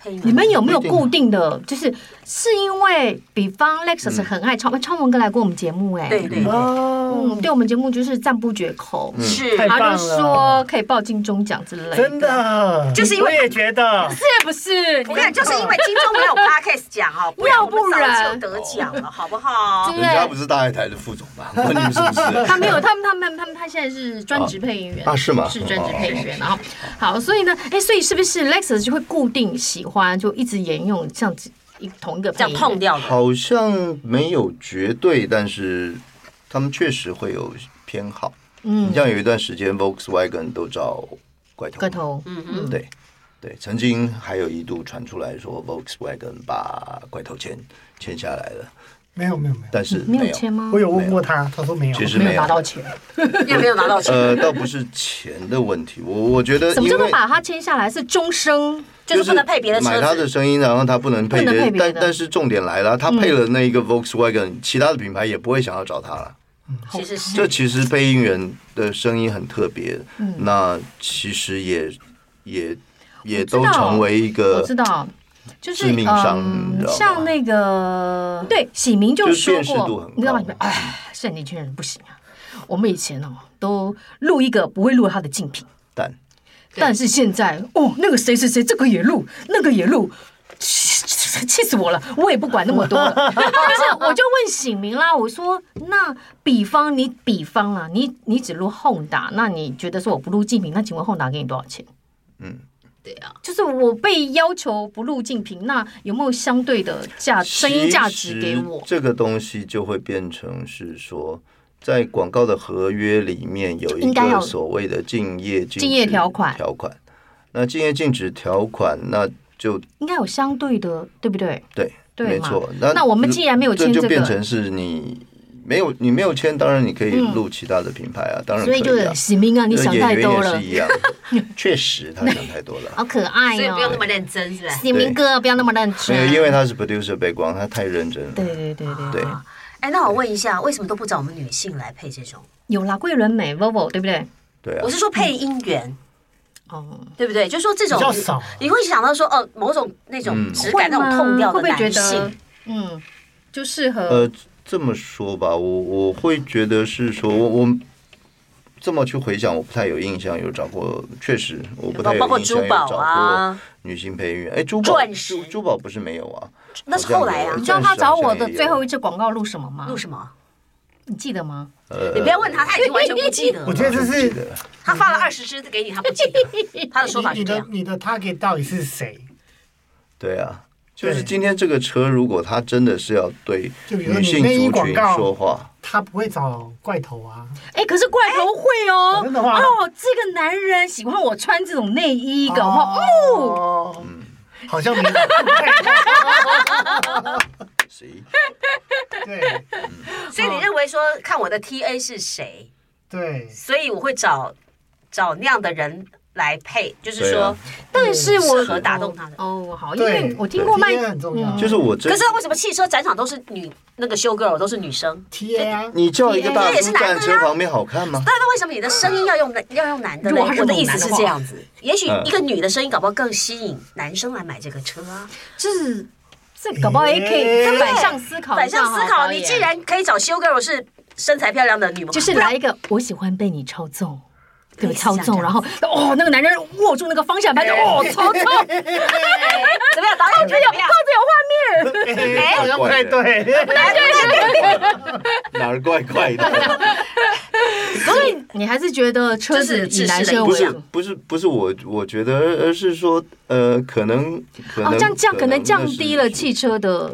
Speaker 5: 配音员？
Speaker 6: 你们有没有固定的？就是是因为，比方 Lexus 很爱超，超萌哥来过我们节目，哎，
Speaker 5: 对嗯 对
Speaker 4: 哦，
Speaker 6: 嗯，对我们节目就是赞不绝口，
Speaker 5: 是
Speaker 4: 太棒
Speaker 6: 他
Speaker 4: 了
Speaker 6: 就说可以报金钟奖之类，
Speaker 4: 真的，
Speaker 5: 就是因为
Speaker 4: 我也觉得，
Speaker 6: 是不是？
Speaker 5: 我跟你讲，就是因为金钟没有 podcast 奖哦，
Speaker 6: 要不
Speaker 5: 我们
Speaker 6: 然
Speaker 5: 早就得奖了，好不 好？
Speaker 6: 对
Speaker 3: 人家不是大爱台的副总 吗？关你们什么事？
Speaker 6: 哎他没有，他们他们他们他现在是专职配音员
Speaker 3: 啊啊是吗
Speaker 6: 是专职配音员，然后好，所以呢，哎，所以是不是 Lexus 就会固定喜欢，就一直沿用这样子一同一个
Speaker 5: 这样碰
Speaker 6: 掉？
Speaker 5: 掉了。
Speaker 3: 好像没有绝对，但是他们确实会有偏好。
Speaker 6: 嗯
Speaker 3: 你，像有一段时间，Volkswagen 都找怪头，
Speaker 6: 个头，
Speaker 5: 嗯哼，
Speaker 3: 对对，曾经还有一度传出来说 Volkswagen 把怪头签签下来了，
Speaker 4: 没有没有没有，
Speaker 3: 但是没
Speaker 6: 你有
Speaker 3: 有。
Speaker 6: 签吗
Speaker 4: 我？有问过他，他说没有
Speaker 3: 其，实
Speaker 6: 没
Speaker 3: 没
Speaker 6: 有拿
Speaker 3: 有，
Speaker 6: 到钱。
Speaker 5: 也没有拿到钱。
Speaker 3: 呃，倒不是钱的问题，我我觉得
Speaker 6: 什么
Speaker 3: 因
Speaker 6: 叫做
Speaker 3: 为
Speaker 6: 把它签下来？是终生？
Speaker 5: 就是不能配别的车子
Speaker 3: 买他的声音，然后他不能配
Speaker 6: 不能配别的嗯
Speaker 3: 但但是重点来了，他配了那一个 Volkswagen，、其他的品牌也不会想要找他了。
Speaker 6: 嗯
Speaker 5: 其实是
Speaker 3: 这其实配音员的声音很特别，
Speaker 6: 嗯
Speaker 3: 那其实也也也都
Speaker 6: 我知道
Speaker 3: 成为一
Speaker 6: 我
Speaker 3: 个
Speaker 6: 知道，就是
Speaker 3: 致命伤你
Speaker 6: 嗯
Speaker 3: 知道吗
Speaker 6: 像那个对喜明就说
Speaker 3: 就是辨识度
Speaker 6: 过
Speaker 3: 很，高
Speaker 6: 你知道你们哎，现在年轻人不行啊。我们以前哦都录一个不会录他的竞品，
Speaker 3: 蛋。
Speaker 6: 但是现在哦那个谁谁谁这个也录，那个也录。气气气死我了！我也不管那么多了，但是我就问醒明啦，我说那比方你比方啦，你你只录 Honda，那你觉得说我不录竞品，那请问 Honda 给你多少钱？
Speaker 3: 嗯
Speaker 5: 对啊，
Speaker 6: 就是我被要求不录竞品，那有没有相对的价声音价值给
Speaker 3: 其
Speaker 6: 我
Speaker 3: 实？这个东西就会变成是说，在广告的合约里面有一
Speaker 6: 应该
Speaker 3: 个
Speaker 6: 要
Speaker 3: 所谓的竞业禁止
Speaker 6: 竞业条款
Speaker 3: 条款。那竞业禁止条款，那就
Speaker 6: 应该有相对的，对不对？
Speaker 3: 对，
Speaker 6: 对嘛
Speaker 3: 没错。那
Speaker 6: 那我们既然没有签
Speaker 3: 这
Speaker 6: 这
Speaker 3: 就
Speaker 6: 个
Speaker 3: 变成是你没有你没有签，当然你可以录其他的品牌啊，当然可
Speaker 6: 嗯所以就
Speaker 3: 以
Speaker 6: 是
Speaker 3: 啊。
Speaker 6: 喜明啊，你想
Speaker 3: 演
Speaker 6: 太
Speaker 3: 员
Speaker 6: 多
Speaker 3: 也
Speaker 6: 了啊
Speaker 3: 是，一 样，确实他想太多了。
Speaker 6: 好可爱
Speaker 5: 所以不用那
Speaker 6: 哦。
Speaker 5: 么认真，是吧？
Speaker 6: 喜明哥，不要那么认
Speaker 3: 没
Speaker 6: 真
Speaker 3: 有，。因为他是 producer 背光，他太认真了。
Speaker 6: 对啊对对对
Speaker 3: 对，
Speaker 5: 哎，那我问一下，为什么都不找我们女性来配这种？
Speaker 6: 有啦，桂纶镁 Vovo 对不对？
Speaker 3: 对啊
Speaker 5: 我。是说配音员，
Speaker 6: 哦，
Speaker 5: 对不对？就说这种
Speaker 4: 比较少
Speaker 5: 你会想到说，哦，某种那种
Speaker 3: 嗯
Speaker 5: 质感、那种痛调
Speaker 6: 会
Speaker 5: 的
Speaker 6: 不会觉
Speaker 5: 男
Speaker 6: 得
Speaker 5: 性，
Speaker 6: 嗯，就适合
Speaker 3: 呃，这么说吧，我我会觉得是说，我我这么去回想，我不太有印象有找过，确实我不太
Speaker 5: 包括
Speaker 3: 有印象
Speaker 5: 珠
Speaker 3: 有
Speaker 5: 宝
Speaker 3: 找过
Speaker 5: 啊，
Speaker 3: 女性配音员。哎，珠宝
Speaker 5: 钻石
Speaker 3: 珠珠宝不是没有啊？
Speaker 5: 那是后来啊
Speaker 3: 好像有
Speaker 6: 你知道他找我的
Speaker 3: 钻石好
Speaker 6: 最后，
Speaker 3: 像也
Speaker 6: 一支广告录什么吗
Speaker 5: 录？什么？
Speaker 6: 你记得吗？
Speaker 3: 呃
Speaker 5: 你不要问他，他已经完全不记得
Speaker 4: 我
Speaker 5: 了。
Speaker 4: 觉得这
Speaker 3: 有记
Speaker 4: 是
Speaker 3: 得
Speaker 5: 他发了二十支给你，他不记 得。他的说法
Speaker 4: 你
Speaker 5: 是这
Speaker 4: 的
Speaker 5: 样。
Speaker 4: 你的 target 到底是谁？
Speaker 3: 对啊。就是
Speaker 4: 对
Speaker 3: 今天这个车，如果它真的是要对
Speaker 4: 就比如说
Speaker 3: 女
Speaker 4: 你
Speaker 3: 性
Speaker 4: 内衣
Speaker 3: 族
Speaker 4: 广
Speaker 3: 群
Speaker 4: 告
Speaker 3: 说话，
Speaker 4: 他不会找怪头啊，
Speaker 6: 哎，可是怪头会哦，
Speaker 4: 哎真的吗
Speaker 6: 哦，这个男人喜欢我穿这种内衣，搞不好哦，
Speaker 4: 哦，
Speaker 3: 嗯
Speaker 4: 好像没有，
Speaker 3: 谁
Speaker 4: 对
Speaker 5: 所
Speaker 6: 哦
Speaker 5: 以你认为说，看我的 TA 是谁，
Speaker 4: 对，
Speaker 5: 所以我会找找那样的人来配，就是
Speaker 3: 对
Speaker 5: 说
Speaker 3: 啊，嗯
Speaker 6: 但是我
Speaker 5: 适合打动他的
Speaker 6: 哦，好，因
Speaker 4: 对
Speaker 6: 为我听过卖嗯
Speaker 4: TA 很重要
Speaker 3: 就是我这
Speaker 5: 可是为什么汽车展场都是女那个修 girl 都是女生？
Speaker 4: TA 啊，
Speaker 3: 你叫一个大
Speaker 5: 那也
Speaker 3: 叔
Speaker 5: 是男的
Speaker 3: 站
Speaker 5: 啊
Speaker 3: 车旁边好看吗？
Speaker 5: 那那为什么你的声音要用男要用男的
Speaker 6: 如
Speaker 5: 呢？
Speaker 6: 果他是
Speaker 5: 我的意
Speaker 6: 猛男
Speaker 5: 思
Speaker 6: 的
Speaker 5: 是
Speaker 6: 话
Speaker 5: 这样子，也许
Speaker 3: 嗯
Speaker 5: 一个女的声音搞不好更吸引男生来买这个车啊。
Speaker 6: 就是这搞不好也可以
Speaker 4: 哎
Speaker 6: 反向思考
Speaker 5: 反
Speaker 6: 一下
Speaker 5: 向
Speaker 6: 哈，
Speaker 5: 思考，
Speaker 6: 啊导
Speaker 5: 你
Speaker 6: 演
Speaker 5: 既然可以找修 girl 是身材漂亮的女模，
Speaker 6: 就是
Speaker 5: 不然
Speaker 6: 来一个我喜欢被你操纵。对，
Speaker 5: 类似
Speaker 6: 操
Speaker 5: 像
Speaker 6: 纵，
Speaker 5: 这样
Speaker 6: 然后哦，那个男人握住那个方向盘，就哦，操纵，
Speaker 5: 怎么样？导演觉得怎么样？
Speaker 6: 这有画面。
Speaker 4: 哎，好像
Speaker 3: 怪
Speaker 4: 对
Speaker 3: 的，
Speaker 4: 对，
Speaker 3: 哪儿怪怪
Speaker 6: 啊
Speaker 3: 的？
Speaker 6: 所以你还是觉得车子
Speaker 5: 就是
Speaker 6: 以男生
Speaker 3: 不
Speaker 6: 为
Speaker 3: 是
Speaker 6: 主。
Speaker 3: 不是不是我我觉得，而而是说呃，可能可能
Speaker 6: 哦，这样这样可能降低了
Speaker 3: 那是
Speaker 6: 汽车的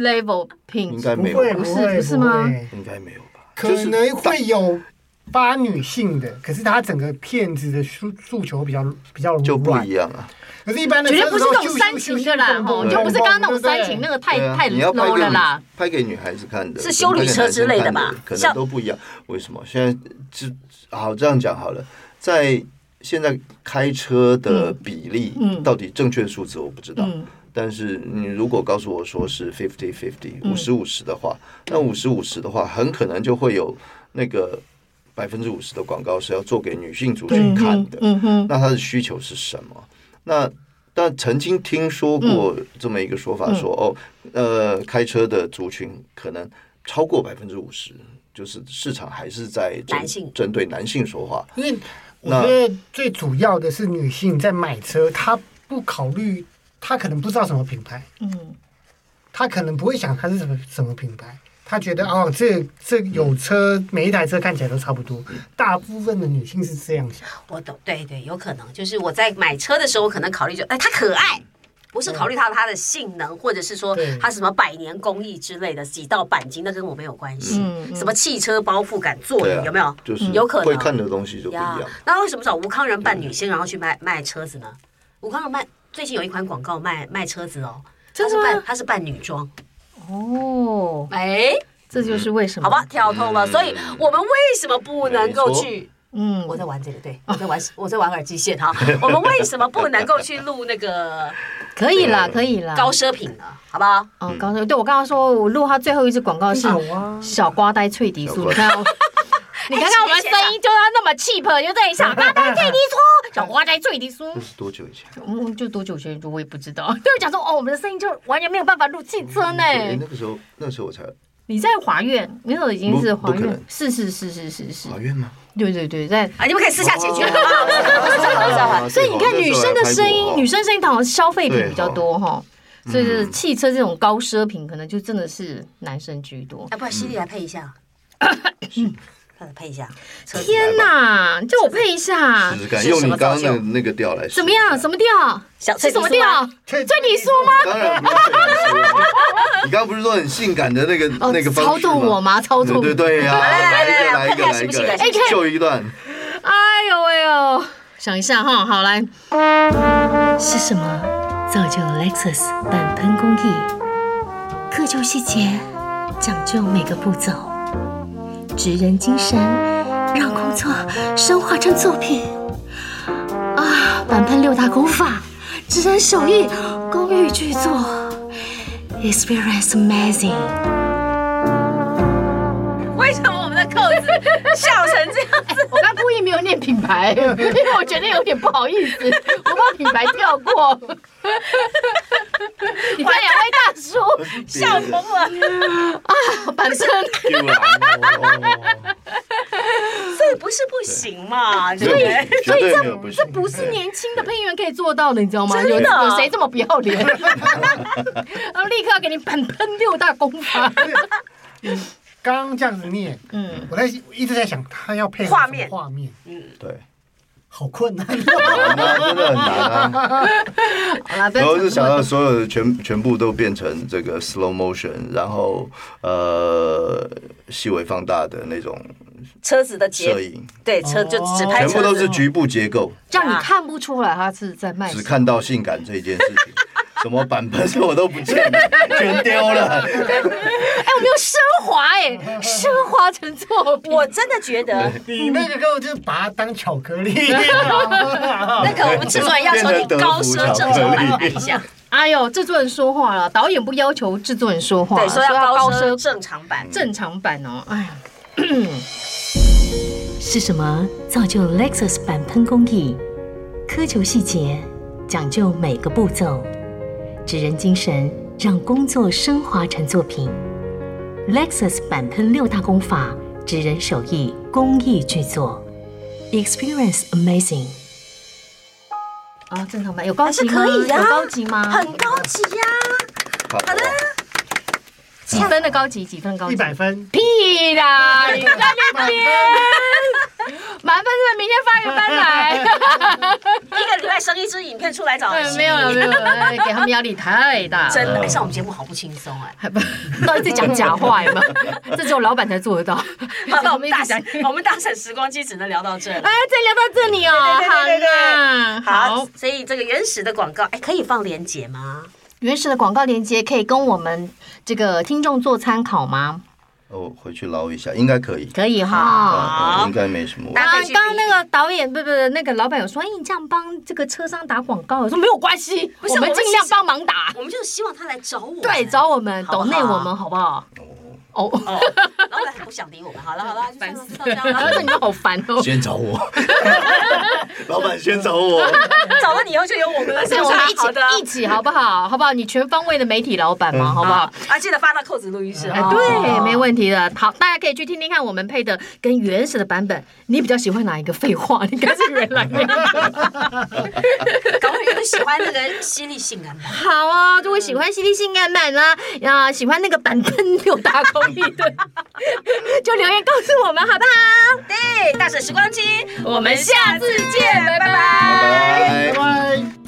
Speaker 6: level 品
Speaker 3: 应
Speaker 6: 质
Speaker 3: 该。没
Speaker 4: 不
Speaker 3: 有吧，
Speaker 4: 会
Speaker 6: 不是
Speaker 4: 会
Speaker 6: 不是吗
Speaker 4: 会
Speaker 3: 应该没有吧？
Speaker 4: 可
Speaker 3: 就是
Speaker 4: 能会有发女性的，可是他整个片子的诉诉求比较比较
Speaker 3: 就不
Speaker 4: 软
Speaker 3: 一，样啊。
Speaker 4: 可是一般的
Speaker 6: 绝对
Speaker 4: 车
Speaker 6: 不是
Speaker 4: 都
Speaker 6: 那
Speaker 4: 咻
Speaker 6: 种
Speaker 4: 咻
Speaker 6: 煽
Speaker 4: 咻
Speaker 6: 情
Speaker 4: 咻
Speaker 6: 的啦，
Speaker 4: 蹦
Speaker 6: 吼，
Speaker 4: 蹦
Speaker 6: 就不是
Speaker 4: 蹦
Speaker 6: 刚刚那
Speaker 4: 蹦
Speaker 6: 种煽
Speaker 4: 对
Speaker 6: 情，那个
Speaker 3: 对
Speaker 6: 太
Speaker 3: 啊
Speaker 6: 太
Speaker 3: 你要拍
Speaker 6: low
Speaker 3: 给
Speaker 6: 了
Speaker 3: 女
Speaker 6: 啦。
Speaker 3: 拍给女孩子看的，
Speaker 5: 是修理车之类的吧
Speaker 3: 可能
Speaker 5: 像
Speaker 3: 都不一样。为什么？现在这好这样讲好了，在现在开车的比例，
Speaker 6: 嗯
Speaker 3: 到底正确数字我不知道。
Speaker 6: 嗯
Speaker 3: 但是你如果告诉我说是 fifty fifty 五十五十的话，那五十五十的话，很可能就会有那个百分之五十的广告是要做给女性族群看的。
Speaker 6: 嗯哼，
Speaker 3: 那他的需求是什么？那但曾经听说
Speaker 5: 嗯
Speaker 3: 过这么一个说法说，哦，呃，开车的族群可能超过百分之五十，就是市场还是在针
Speaker 5: 男性
Speaker 3: 针对男性说话。
Speaker 4: 因为我
Speaker 3: 那
Speaker 4: 觉得最主要的是女性在买车，她不考虑，她可能不知道什么品牌，
Speaker 6: 嗯，
Speaker 4: 她可能不会想它是什么什么品牌，她觉得哦，这这有车，每一台车看起来都差不多，大部分的女性是这样想。
Speaker 5: 我懂，对对，有可能就是我在买车的时候，可能考虑就哎，它可爱，不是考虑它它的性能，或者是说
Speaker 4: 对
Speaker 5: 它什么百年工艺之类的几道钣金，那跟我没有关系。
Speaker 6: 嗯嗯
Speaker 5: 什么汽车包覆感、座椅
Speaker 3: 对啊，
Speaker 5: 有没有？
Speaker 3: 就是
Speaker 5: 有可能
Speaker 3: 会看的东西就不一样。
Speaker 5: 那为什么找吴康仁扮女星，然后去卖卖车子呢？吴康仁卖最近有一款广告卖卖车子哦，他
Speaker 6: 真
Speaker 5: 是
Speaker 6: 的吗
Speaker 5: 扮他是扮女装，
Speaker 6: 哦，
Speaker 5: 哎，
Speaker 6: 这就是为什么。
Speaker 5: 好吧，，跳通了。
Speaker 3: 嗯
Speaker 5: 所以我们为什么不能够去？
Speaker 6: 嗯，
Speaker 5: 我在玩这个，对我在玩，我在玩耳机线哈。 我们为什么不能够去录那个
Speaker 6: 可以啦，可以啦。
Speaker 5: 高奢品呢？好不好？
Speaker 6: 哦，
Speaker 3: 嗯
Speaker 6: 高对我刚刚说，我录他最后一支广告是
Speaker 4: 有啊
Speaker 6: 小瓜呆脆笛酥，你看哦。你看看我们声音就要那么 cheap，就在 小瓜呆脆笛酥，小瓜呆脆笛酥
Speaker 3: 这，是多久以前？
Speaker 6: 嗯，就多久前就我也不知道。 对我讲说，哦，我们的声音就完全没有办法录汽车呢。
Speaker 3: 对，哎那个时候，那个时候我才
Speaker 6: 你在华苑，那时候已经是
Speaker 3: 不
Speaker 6: 华
Speaker 3: 不可
Speaker 6: 苑
Speaker 3: 能，
Speaker 6: 是是是是是是，
Speaker 3: 怀孕吗？
Speaker 6: 对对对，在。
Speaker 5: 啊，你们可以私下解决。
Speaker 3: 啊
Speaker 6: 所以你看，女生的声音，女。生声音好像消费品比较多哈，所以
Speaker 3: 嗯
Speaker 6: 就是汽车这种高奢品，可能就真的是男生居多。
Speaker 5: 哎要不然犀利来配一 下，嗯配一下。
Speaker 6: 天哪，叫我配一下
Speaker 3: 试，试看，
Speaker 5: 啊是
Speaker 3: 用
Speaker 5: 什
Speaker 3: 你
Speaker 5: 么
Speaker 3: 刚刚
Speaker 5: 造
Speaker 3: 那
Speaker 5: 就
Speaker 3: 那个调来试。
Speaker 6: 怎么样？什么调？
Speaker 5: 小
Speaker 6: 是
Speaker 5: 翠
Speaker 6: 什么
Speaker 5: 迪斯
Speaker 6: 调
Speaker 5: 吗？
Speaker 6: 对你说吗？
Speaker 3: 当然不是这样说你刚刚不是说很性感的那个
Speaker 6: 哦
Speaker 3: 那个方
Speaker 6: 操
Speaker 3: 式吗
Speaker 6: 纵我吗？操纵？
Speaker 3: 对对对呀，来一个来一个来一
Speaker 5: 看看行不行
Speaker 3: 个
Speaker 5: 哎看，
Speaker 3: 秀一段。
Speaker 6: 哎呦喂呦！想一下哈，好来，
Speaker 7: 是什么造就 Lexus 本喷工艺？苛求细节，讲究每个步骤，职人精神，让工作升华成作品。啊，板喷六大功法，职人手艺，工艺巨作，experience amazing。
Speaker 5: 为什么我们的扣子笑成这样？
Speaker 6: 我刚故意没有念品牌，因为我觉得有点不好意思，我把品牌跳 过。你看两位大 叔
Speaker 3: 笑疯了，
Speaker 6: 板正，
Speaker 5: 这不是不行嘛？对
Speaker 3: 绝
Speaker 5: 不
Speaker 3: 对
Speaker 5: 对？
Speaker 3: 绝对没有不行，
Speaker 6: 不是年轻的配音员可以做到的，你知道吗？
Speaker 5: 真的
Speaker 6: 有有谁这么不要脸？ 然后立刻要给你板喷六大功法。
Speaker 4: 刚刚这样子念，
Speaker 6: 嗯，
Speaker 4: 我在一直在想，她要配合
Speaker 5: 画
Speaker 4: 什么
Speaker 5: 面
Speaker 4: 画面
Speaker 3: 对，
Speaker 4: 好困 难。
Speaker 3: 难啊，真的很难啊。
Speaker 6: 好啦，不
Speaker 3: 然
Speaker 6: 要
Speaker 3: 后
Speaker 6: 讲
Speaker 3: 就想
Speaker 6: 那
Speaker 3: 到
Speaker 6: 么
Speaker 3: 所有的全全部都变成这个 slow motion，然后呃细微放大的那种
Speaker 5: 车子的
Speaker 3: 摄
Speaker 5: 结，
Speaker 3: 影，
Speaker 5: 对车就只拍
Speaker 3: 全部
Speaker 5: 车
Speaker 3: 都
Speaker 5: 子
Speaker 3: 是。局部结构，
Speaker 6: 让你看不出来他是在卖
Speaker 3: 只
Speaker 6: 什么。
Speaker 3: 看到性感这件事情。什么版本 我都不见了，全丢 了。
Speaker 6: 哎，我没有升华哎，升华成作品。
Speaker 5: 我真的觉得
Speaker 4: 你那个根本就是把它当巧克 力。
Speaker 5: 那个我们制作人要求你高奢正常版配一下，
Speaker 6: 哎呦，制作人说话了，导演不要求制作人说话，
Speaker 5: 对，说
Speaker 6: 说
Speaker 5: 要高
Speaker 6: 奢
Speaker 5: 奢正常版。
Speaker 6: 正常版哦。哎呀，
Speaker 7: 是什么造就 Lexus 板喷工艺？苛求细节，讲究每个步骤，职人精神让工作升华成作品。Lexus 板喷六大功法，职人手艺，工艺巨作，Experience Amazing。
Speaker 6: 啊，正常版有高级吗？
Speaker 5: 还是可以呀
Speaker 6: 有高级吗？
Speaker 5: 很高级呀、
Speaker 3: 好，
Speaker 6: 几分的高级，几分高级？
Speaker 4: 一百分，
Speaker 6: 屁啦！ 你在那边，满分是不是明天发一个班来。
Speaker 5: 一个礼拜生一支影片出来找人
Speaker 6: 对， 没有
Speaker 3: 嗯
Speaker 6: 了，没有了，给他们压力太大了。
Speaker 5: 真的，哎上我们节目好不轻松哎。
Speaker 6: 还不到底在讲假话有没 有？这只有老板才做得到。
Speaker 5: 好了，
Speaker 6: 那
Speaker 5: 我
Speaker 6: 我
Speaker 5: 们
Speaker 6: 们 一
Speaker 5: 大
Speaker 6: 起 讲。
Speaker 5: 省我们大省时光机只能聊到这了。
Speaker 6: 哎，再聊到这里哦，好嗯
Speaker 5: 对对对对
Speaker 6: 啦，
Speaker 5: 好，，所以这个原始的广告，哎，可以放链接吗？
Speaker 6: 原始的广告链接可以跟我们这个听众做参考吗？
Speaker 3: 哦，回去捞一下，应该可以。
Speaker 6: 可以
Speaker 3: 啊
Speaker 6: 哈。
Speaker 3: 啊应该没什么问题。
Speaker 5: 大家可以
Speaker 6: 刚刚
Speaker 5: 去
Speaker 6: 那个导演不不不那个老板有说，哎，你这样帮这个车商打广告，我说没有关系，
Speaker 5: 不是
Speaker 6: 们
Speaker 5: 我们
Speaker 6: 尽量
Speaker 5: 其实
Speaker 6: 帮忙打，
Speaker 5: 我们就是希望他来找我，
Speaker 6: 对，找我们，
Speaker 5: 好
Speaker 6: 抖
Speaker 5: 不好
Speaker 6: 内我们好不好？哦，
Speaker 5: 哦，老板很不想理我们。好了好了，就这样了就这样
Speaker 6: 然后说
Speaker 5: 了
Speaker 6: 你。们好烦 哦。
Speaker 3: 先找我， 老板先找我。
Speaker 5: 找了你以后就有我们了，是
Speaker 6: 对，
Speaker 5: 不
Speaker 6: 我
Speaker 5: 是？
Speaker 6: 们一
Speaker 5: 好的
Speaker 6: 起一起好不好？好不好？你全方位的媒体老板嘛，好不好？
Speaker 5: 啊，记得发到扣子录音室
Speaker 6: 哎，
Speaker 5: 啊。
Speaker 6: 对，没问题的。好，大家可以去听听看我们配的跟原始的版本，你比较喜欢哪一个？废话，你该是原来 的。
Speaker 5: 搞不好有人喜欢那个犀利性感版。
Speaker 6: 好哦，就会喜欢犀利性感版啦，啊，喜欢那个版本六大公益的， 就留言告诉我们好不好？
Speaker 5: 哎对，大婶时光机，
Speaker 6: 我们下次见，拜拜。
Speaker 3: 拜拜
Speaker 4: 拜拜。